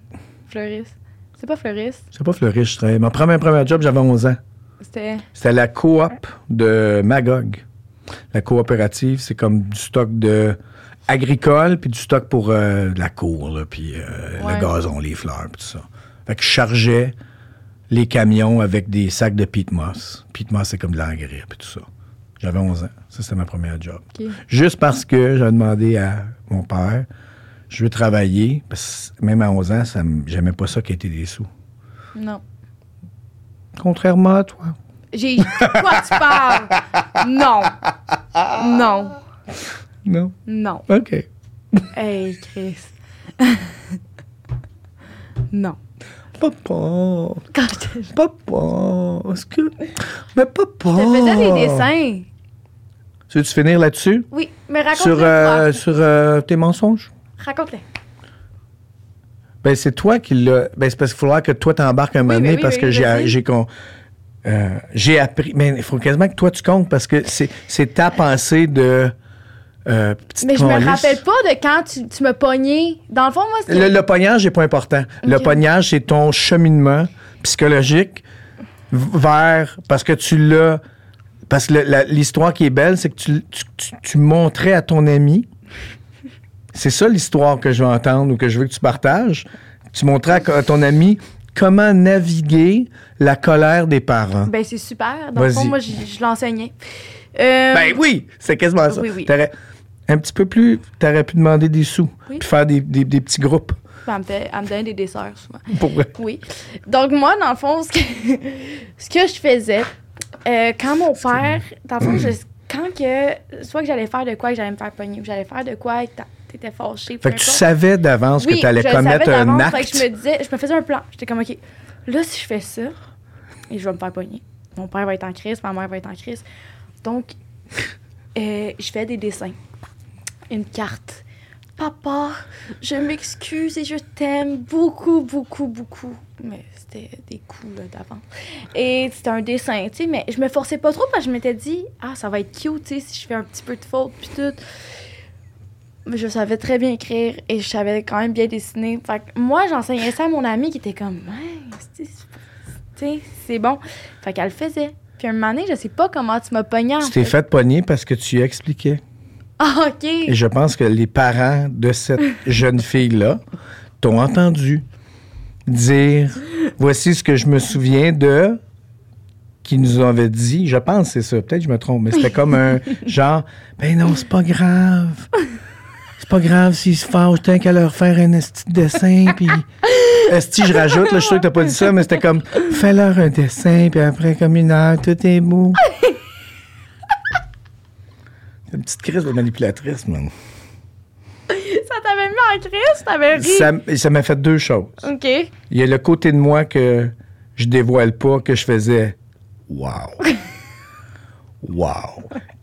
Speaker 2: Fleuriste. C'est pas fleuriste.
Speaker 1: C'est pas fleuriste, je travaillais. Mon premier, premier job, j'avais 11 ans.
Speaker 2: C'était.
Speaker 1: C'était la coop de Magog. La coopérative, c'est comme du stock de agricole, puis du stock pour euh, la cour, là, puis euh,
Speaker 2: Ouais.
Speaker 1: le gazon, les fleurs, puis tout ça. Fait que je chargeais les camions avec des sacs de peat moss. Peat moss, c'est comme de l'engrais, puis tout ça. J'avais 11 ans. Ça, c'était ma première job.
Speaker 2: Ok.
Speaker 1: Juste parce que j'avais demandé à mon père, je veux travailler, parce que même à 11 ans, ça me- j'aimais pas ça qui était des sous.
Speaker 2: Non.
Speaker 1: Contrairement à toi.
Speaker 2: J'ai. Quoi tu parles? Non. Non.
Speaker 1: Non.
Speaker 2: Non.
Speaker 1: OK.
Speaker 2: Hey, Chris. (laughs) non.
Speaker 1: Papa,
Speaker 2: Quand je te je
Speaker 1: papa, est-ce que... Mais papa...
Speaker 2: te faisais
Speaker 1: Oh!
Speaker 2: des dessins.
Speaker 1: Tu veux-tu finir là-dessus?
Speaker 2: Oui, mais raconte-les.
Speaker 1: Sur, euh,
Speaker 2: toi.
Speaker 1: sur euh, tes mensonges?
Speaker 2: Raconte-les.
Speaker 1: Ben, c'est toi qui l'as... Ben, c'est parce qu'il faudra que toi t'embarques un moment donné
Speaker 2: ben oui,
Speaker 1: parce
Speaker 2: ben
Speaker 1: que
Speaker 2: oui,
Speaker 1: j'ai,
Speaker 2: vas-y.
Speaker 1: j'ai con- euh, j'ai appris... Mais il faut quasiment que toi tu comptes parce que c'est, c'est ta pensée de... euh, petite
Speaker 2: Mais je me
Speaker 1: câlisse.
Speaker 2: rappelle pas de quand tu, tu m'as pogné. Dans le fond, moi,
Speaker 1: Le,
Speaker 2: c'était.
Speaker 1: le pognage n'est pas important. Le
Speaker 2: Ok.
Speaker 1: pognage, c'est ton cheminement psychologique v- vers. Parce que tu l'as. Parce que le- la- l'histoire qui est belle, c'est que tu, tu, tu- tu montrais à ton ami. C'est ça l'histoire que je veux entendre ou que je veux que tu partages. Tu montrais à, co- à ton ami comment naviguer la colère des parents.
Speaker 2: Ben, c'est super. Dans le
Speaker 1: Vas-y.
Speaker 2: fond, moi, je, je l'enseignais. Euh,
Speaker 1: Ben oui, c'est quasiment ça.
Speaker 2: Oui, oui.
Speaker 1: T'aurais- un petit peu plus, t'aurais pu demander des sous,
Speaker 2: Oui.
Speaker 1: puis faire des, des- des petits groupes.
Speaker 2: Elle me, fait, elle me donnait des desserts souvent.
Speaker 1: Pour...
Speaker 2: Oui. Donc, moi, dans le fond, ce que, (laughs) ce que je faisais, euh, quand mon père, dans le fond, je- quand que, soit que j'allais faire de quoi, que j'allais me faire pogner, ou j'allais faire de quoi, et que t'a- t'étais fâchée. peu
Speaker 1: Fait que tu
Speaker 2: importe.
Speaker 1: savais d'avance que
Speaker 2: Oui,
Speaker 1: tu allais
Speaker 2: je le
Speaker 1: commettre
Speaker 2: savais
Speaker 1: un
Speaker 2: d'avance,
Speaker 1: acte.
Speaker 2: Fait que je me disais, je me faisais un plan. J'étais comme, OK, là, si je fais ça, et je vais me faire pogner. Mon père va être en crise, ma mère va être en crise. Donc, euh, je fais des dessins. Une carte. Papa, je m'excuse et je t'aime beaucoup, beaucoup, beaucoup. Mais c'était des coups là, d'avant. Et c'était un dessin, tu sais, mais je me forçais pas trop parce que je m'étais dit, ah, ça va être cute, tu sais, si je fais un petit peu de faute, puis tout. Mais je savais très bien écrire et je savais quand même bien dessiner. Fait que moi, j'enseignais ça à mon amie qui était comme, Hey, c'est- c'est- tu sais, c'est bon. Fait qu'elle le faisait. Puis un moment donné, je sais pas comment tu m'as pogné. en
Speaker 1: Tu t'es fait pogner parce que tu expliquais.
Speaker 2: Ah, OK.
Speaker 1: Et je pense que les parents de cette jeune fille-là t'ont entendu dire Voici ce que je me souviens de qui nous avait dit. Je pense que c'est ça. Peut-être que je me trompe, mais c'était comme un genre Ben non, c'est pas grave. C'est pas grave s'ils se fâchent, tant qu'à leur faire un esti de dessin, puis Esti, je rajoute, là, je suis sûr que t'as pas dit ça, mais c'était comme, fais-leur un dessin, puis après, comme une heure, tout est beau. C'est une petite crise de manipulatrice, man.
Speaker 2: Ça t'avait mis en crise, t'avais ri.
Speaker 1: Ça ça m'a fait deux choses.
Speaker 2: OK.
Speaker 1: Il y a le côté de moi que je dévoile pas, que je faisais Wow! wow!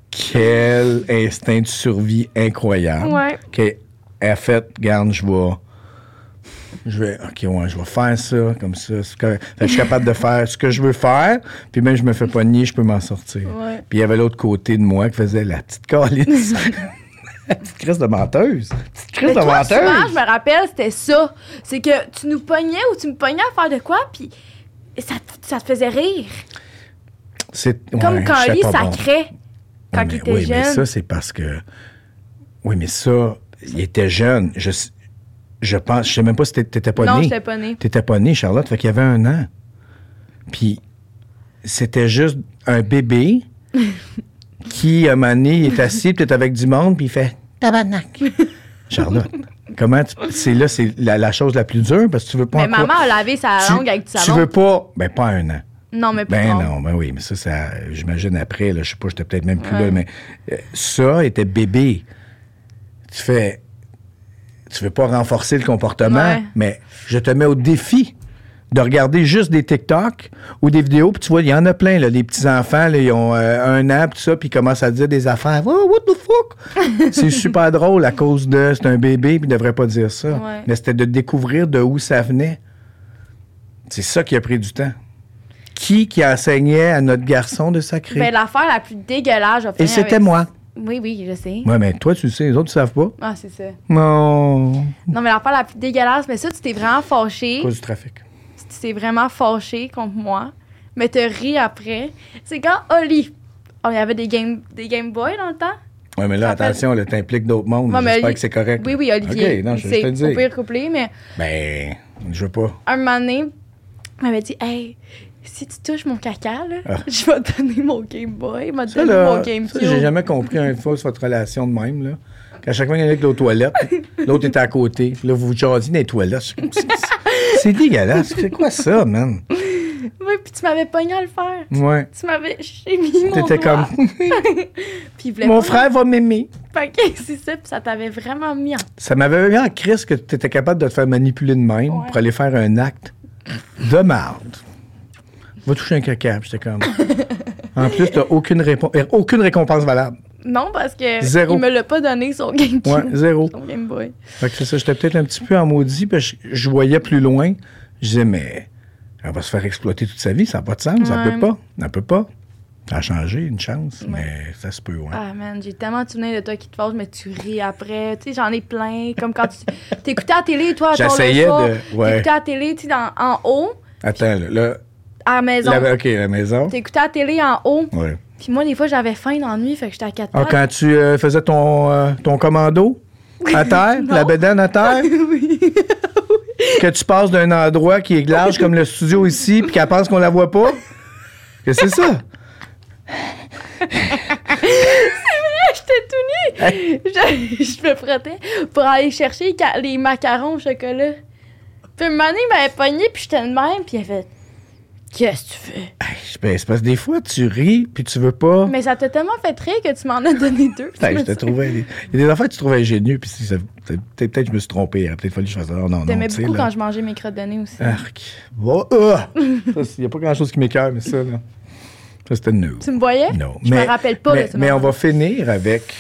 Speaker 1: Quel instinct de survie incroyable!
Speaker 2: Ouais.
Speaker 1: OK, en fait, garde, je vais. Je vais, OK, ouais, je vais faire ça, comme ça. c'est correct. Fait que je suis capable de faire ce que je veux faire, puis même je me fais pas nier, je peux m'en sortir.
Speaker 2: Ouais.
Speaker 1: Puis il y avait l'autre côté de moi qui faisait la petite
Speaker 2: (laughs)
Speaker 1: calice. la petite crise de menteuse. Petite crise
Speaker 2: Mais
Speaker 1: de
Speaker 2: toi,
Speaker 1: menteuse.
Speaker 2: souvent, je me rappelle, c'était ça. C'est que tu nous pognais ou tu me pognais à faire de quoi, puis ça, te- ça te faisait rire.
Speaker 1: C'est-
Speaker 2: Comme
Speaker 1: ouais,
Speaker 2: quand
Speaker 1: j'étais
Speaker 2: Oli
Speaker 1: pas bon.
Speaker 2: sacrait
Speaker 1: Oui,
Speaker 2: quand il
Speaker 1: Ah, mais-
Speaker 2: était
Speaker 1: oui,
Speaker 2: jeune.
Speaker 1: mais ça, c'est parce que. Oui, mais ça, il était jeune. Je, je pense, je sais même pas si t'é- t'étais pas
Speaker 2: non,
Speaker 1: né.
Speaker 2: j'étais pas née.
Speaker 1: T'étais pas né, Charlotte, fait qu'il y avait un an. Puis, c'était juste un
Speaker 2: (laughs)
Speaker 1: bébé qui, à un moment donné, il est assis, peut-être avec du monde, puis il fait Tabarnak.
Speaker 2: (laughs)
Speaker 1: Charlotte, comment tu. C'est là, c'est la, la chose la plus dure, parce que tu veux pas.
Speaker 2: Mais
Speaker 1: encore-
Speaker 2: maman a lavé sa
Speaker 1: tu,
Speaker 2: langue avec du
Speaker 1: tu
Speaker 2: savon.
Speaker 1: veux pas. Ben, pas un an.
Speaker 2: Non, mais pas
Speaker 1: Ben
Speaker 2: bon.
Speaker 1: non, ben oui, mais ça, ça j'imagine après, là, je sais pas, j'étais peut-être même plus là, mais euh, ça était bébé. Tu fais. Tu veux pas renforcer le comportement,
Speaker 2: Ouais.
Speaker 1: mais je te mets au défi de regarder juste des TikTok ou des vidéos, puis tu vois, il y en a plein, là, les petits-enfants, là, ils ont euh, un an, puis tout ça, puis ils commencent à dire des affaires. Oh, what the
Speaker 2: (laughs)
Speaker 1: fuck? c'est super drôle à cause de... C'est un bébé, puis il devrait pas dire ça.
Speaker 2: Ouais.
Speaker 1: Mais c'était de découvrir de où ça venait. C'est ça qui a pris du temps qui qui enseignait à notre garçon de sacrer.
Speaker 2: Ben, l'affaire la plus dégueulasse, je vais
Speaker 1: Et
Speaker 2: finir
Speaker 1: c'était
Speaker 2: avec-
Speaker 1: moi.
Speaker 2: Oui, oui, je sais.
Speaker 1: Ouais, mais toi, tu le sais, les autres, ils savent pas.
Speaker 2: Ah, c'est ça.
Speaker 1: Non.
Speaker 2: Non, mais l'affaire la plus dégueulasse, mais ça, tu t'es vraiment
Speaker 1: À
Speaker 2: fâché.
Speaker 1: cause du trafic.
Speaker 2: tu t'es vraiment fâché contre moi, mais t'as ri après. C'est quand Oli, on y avait des Game, des game Boy dans le temps.
Speaker 1: Ouais, mais là,
Speaker 2: Ça fait-
Speaker 1: attention, là, t'impliques d'autres mondes.
Speaker 2: Ouais, mais
Speaker 1: J'espère
Speaker 2: Oli-
Speaker 1: que c'est correct.
Speaker 2: Oui, oui, Olivier.
Speaker 1: OK, non, je, je
Speaker 2: C'est
Speaker 1: te le
Speaker 2: au
Speaker 1: dis.
Speaker 2: pire couplé, mais
Speaker 1: Ben, je veux pas.
Speaker 2: un moment donné, elle m'avait dit Hey, si tu touches mon caca, là,
Speaker 1: Ah.
Speaker 2: (laughs) je vais te donner mon Game Boy, je vais te
Speaker 1: Ça,
Speaker 2: donner mon
Speaker 1: là, ça,
Speaker 2: GameCube.
Speaker 1: j'ai jamais compris une fois sur votre relation de même, là. Qu'à chaque fois qu'il y en a qui est aux
Speaker 2: (laughs)
Speaker 1: toilettes, l'autre est à côté. Puis Là, vous vous jasez dans les toilettes. C'est- c'est- C'est dégueulasse. C'est quoi ça, man?
Speaker 2: Oui, puis tu m'avais pogné à le faire.
Speaker 1: Ouais.
Speaker 2: Tu m'avais. J'ai mis mon.
Speaker 1: T'étais
Speaker 2: doigt.
Speaker 1: comme,
Speaker 2: (laughs) Puis il voulait
Speaker 1: mon
Speaker 2: pas.
Speaker 1: frère va m'aimer.
Speaker 2: Fait que c'est ça, puis ça t'avait vraiment mis en.
Speaker 1: Ça m'avait mis en crise que tu étais capable de te faire manipuler de même
Speaker 2: Ouais.
Speaker 1: pour aller faire un acte de marde. Va toucher un caca, puis
Speaker 2: (laughs)
Speaker 1: j'étais comme. en plus, t'as aucune, répo- euh, aucune récompense valable.
Speaker 2: Non, parce que.
Speaker 1: Zéro.
Speaker 2: Il me l'a pas donné son GameCube.
Speaker 1: Ouais, zéro.
Speaker 2: Son Game Boy.
Speaker 1: Fait que c'est ça, j'étais peut-être un petit peu en maudit, puis je, je voyais plus loin. Je disais, mais elle va se faire exploiter toute sa vie, ça n'a pas de sens, ça
Speaker 2: Ouais.
Speaker 1: peut pas, ça peut pas. Ça a changé, une chance, mais ça se peut, ouais.
Speaker 2: Ah man, j'ai tellement de souvenirs de toi qui te fâche, mais tu ris après. Tu sais, j'en ai plein.
Speaker 1: (laughs)
Speaker 2: Comme quand tu t'écoutais à la télé, toi, à ton
Speaker 1: J'essayais
Speaker 2: soir,
Speaker 1: de- ouais.
Speaker 2: T'écoutais à la télé, tu sais, dans- en haut,
Speaker 1: Attends, là, là,
Speaker 2: à la maison.
Speaker 1: la- OK, la maison.
Speaker 2: T'écoutais à la télé en haut.
Speaker 1: Ouais.
Speaker 2: Puis moi, des fois, j'avais faim dans la nuit, fait que j'étais à quatre
Speaker 1: Ah, quand tu euh, faisais ton, euh, ton commando à terre,
Speaker 2: (laughs) Non.
Speaker 1: la bédaine à terre,
Speaker 2: oui.
Speaker 1: que tu passes d'un endroit qui est large comme le studio ici, puis qu'elle pense qu'on la voit pas. Que c'est ça?
Speaker 2: (laughs) (laughs)
Speaker 1: (laughs)
Speaker 2: j'étais tout nu. je, je me frottais pour aller chercher ca- les macarons au chocolat. Puis un moment donné, il m'avait pogné, puis j'étais de même, puis il a fait Qu'est-ce que tu fais?
Speaker 1: Hey, Ben, c'est parce que des fois, tu ris, puis tu veux pas.
Speaker 2: Mais ça t'a tellement fait rire que tu m'en as donné deux. tu
Speaker 1: Hey,
Speaker 2: me
Speaker 1: je te
Speaker 2: dis-
Speaker 1: trouvais. des- Il y a des affaires que tu trouvais ingénieuses, puis si ça- peut- peut-être peut-être que je me suis trompé. Il aurait peut-être fallu que je fasse ça. Non, non,
Speaker 2: T'aimais
Speaker 1: tu sais,
Speaker 2: beaucoup
Speaker 1: là. Hein?
Speaker 2: quand je mangeais mes crottes de nez aussi.
Speaker 1: Arc. Bon, ah! Ça, c'est- Il n'y a pas grand-chose qui m'écœure, mais ça, là. Ça, c'était nul.
Speaker 2: Tu me voyais?
Speaker 1: Non.
Speaker 2: Je me rappelle pas
Speaker 1: mais,
Speaker 2: de ce
Speaker 1: mais on
Speaker 2: moment.
Speaker 1: va finir avec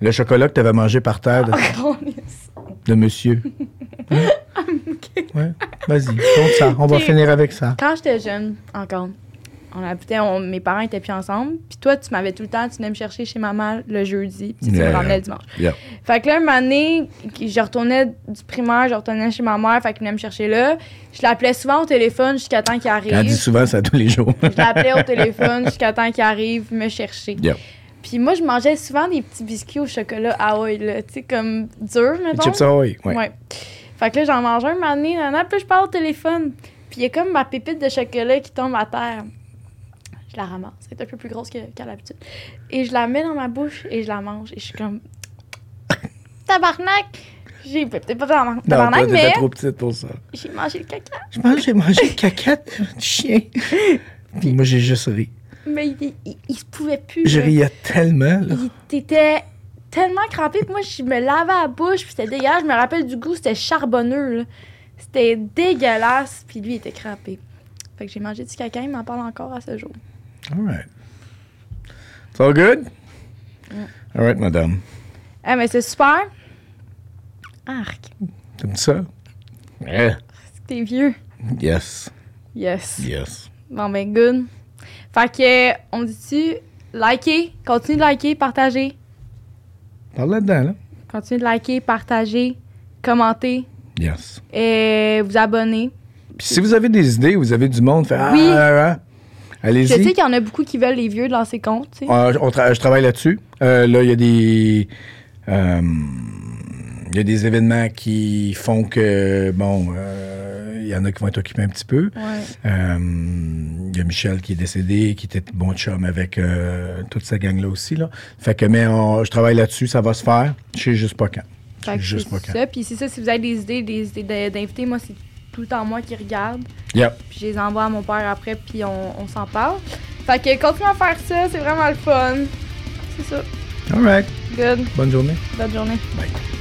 Speaker 1: le chocolat que tu avais mangé par terre de,
Speaker 2: (laughs)
Speaker 1: de monsieur. Hein? Ouais. Vas-y, compte ça. On va
Speaker 2: Ok.
Speaker 1: finir avec ça.
Speaker 2: Quand j'étais jeune, encore, on habitait, on- mes parents étaient plus ensemble. Puis toi, tu m'avais tout le temps, tu venais me chercher chez maman le jeudi, puis tu
Speaker 1: Yeah.
Speaker 2: me ramenais le dimanche.
Speaker 1: Yeah.
Speaker 2: Fait que là, une année, je retournais du primaire, je retournais chez ma mère, fait qu'elle venait me chercher là. Je l'appelais souvent au téléphone jusqu'à temps qu'il
Speaker 1: Elle dit
Speaker 2: (laughs) arrive.
Speaker 1: souvent ça tous les jours.
Speaker 2: Je l'appelais au téléphone jusqu'à temps qu'il arrive me chercher.
Speaker 1: Yeah.
Speaker 2: Puis moi, je mangeais souvent des petits biscuits au chocolat à oil, là, tu sais, comme dur,
Speaker 1: (laughs) Les
Speaker 2: mettons.
Speaker 1: Chips Ahoy. Ouais.
Speaker 2: Ouais. Fait que là, j'en mange un, un moment donné, nanana, puis là, je parle au téléphone. Puis il y a comme ma pépite de chocolat qui tombe à terre. Je la ramasse. Elle est un peu plus grosse que- qu'à l'habitude. Et je la mets dans ma bouche et je la mange. Et je suis comme... (coughs) Tabarnak! J'ai peut-être pas fait la
Speaker 1: Non, pas,
Speaker 2: tabarnak, mais
Speaker 1: t'étais trop petite pour ça.
Speaker 2: j'ai mangé le caca.
Speaker 1: Je pense que j'ai mangé une caquette de
Speaker 2: (laughs)
Speaker 1: chien. Puis moi, j'ai juste ri.
Speaker 2: Mais il, il, il se pouvait plus.
Speaker 1: Je
Speaker 2: là.
Speaker 1: riais tellement, là.
Speaker 2: Il était tellement crampé que moi, je me lavais la bouche, puis c'était dégueulasse. Je me rappelle du goût, c'était charbonneux, là. C'était dégueulasse, puis lui, il était crampé. Fait que j'ai mangé du caca, il m'en parle encore à ce jour.
Speaker 1: All right. It's all good? All right, madame.
Speaker 2: Ah, mais c'est super! Arc,
Speaker 1: T'aimes ça? Eh.
Speaker 2: t'es vieux.
Speaker 1: Yes,
Speaker 2: Yes.
Speaker 1: yes.
Speaker 2: Bon, ben, good. Fait que, on dit-tu, liker, continue de liker, partager.
Speaker 1: Parle là-dedans, là.
Speaker 2: Continue de liker, partager, commenter,
Speaker 1: Yes.
Speaker 2: et vous abonner.
Speaker 1: Puis si vous avez des idées, vous avez du monde, fait ah,
Speaker 2: Oui.
Speaker 1: ah, ah,
Speaker 2: Je sais
Speaker 1: allez-y.
Speaker 2: qu'il y en a beaucoup qui veulent les vieux dans ces comptes, tu sais.
Speaker 1: Ah, on tra- je travaille là-dessus. Euh, là, il y a des. euh, Il y a des événements qui font que, bon, euh, il y en a qui vont être occupés un petit peu.
Speaker 2: Ouais.
Speaker 1: Euh, Il y a Michel qui est décédé, qui était bon chum avec euh, toute cette gang-là aussi. Là. Fait que, mais on- je travaille là-dessus, ça va se faire. Je sais juste pas quand. Je
Speaker 2: Fait
Speaker 1: sais
Speaker 2: que
Speaker 1: juste pas
Speaker 2: c'est
Speaker 1: quand.
Speaker 2: ça. Puis c'est ça, si vous avez des idées, des idées de- d'invités, moi, c'est tout le temps moi qui regarde.
Speaker 1: Yep.
Speaker 2: Puis je les envoie à mon père après, puis on, on s'en parle. Fait que continuez à faire ça, c'est vraiment le fun. C'est ça.
Speaker 1: All right.
Speaker 2: Good.
Speaker 1: Bonne journée.
Speaker 2: Bonne journée.
Speaker 1: Bye.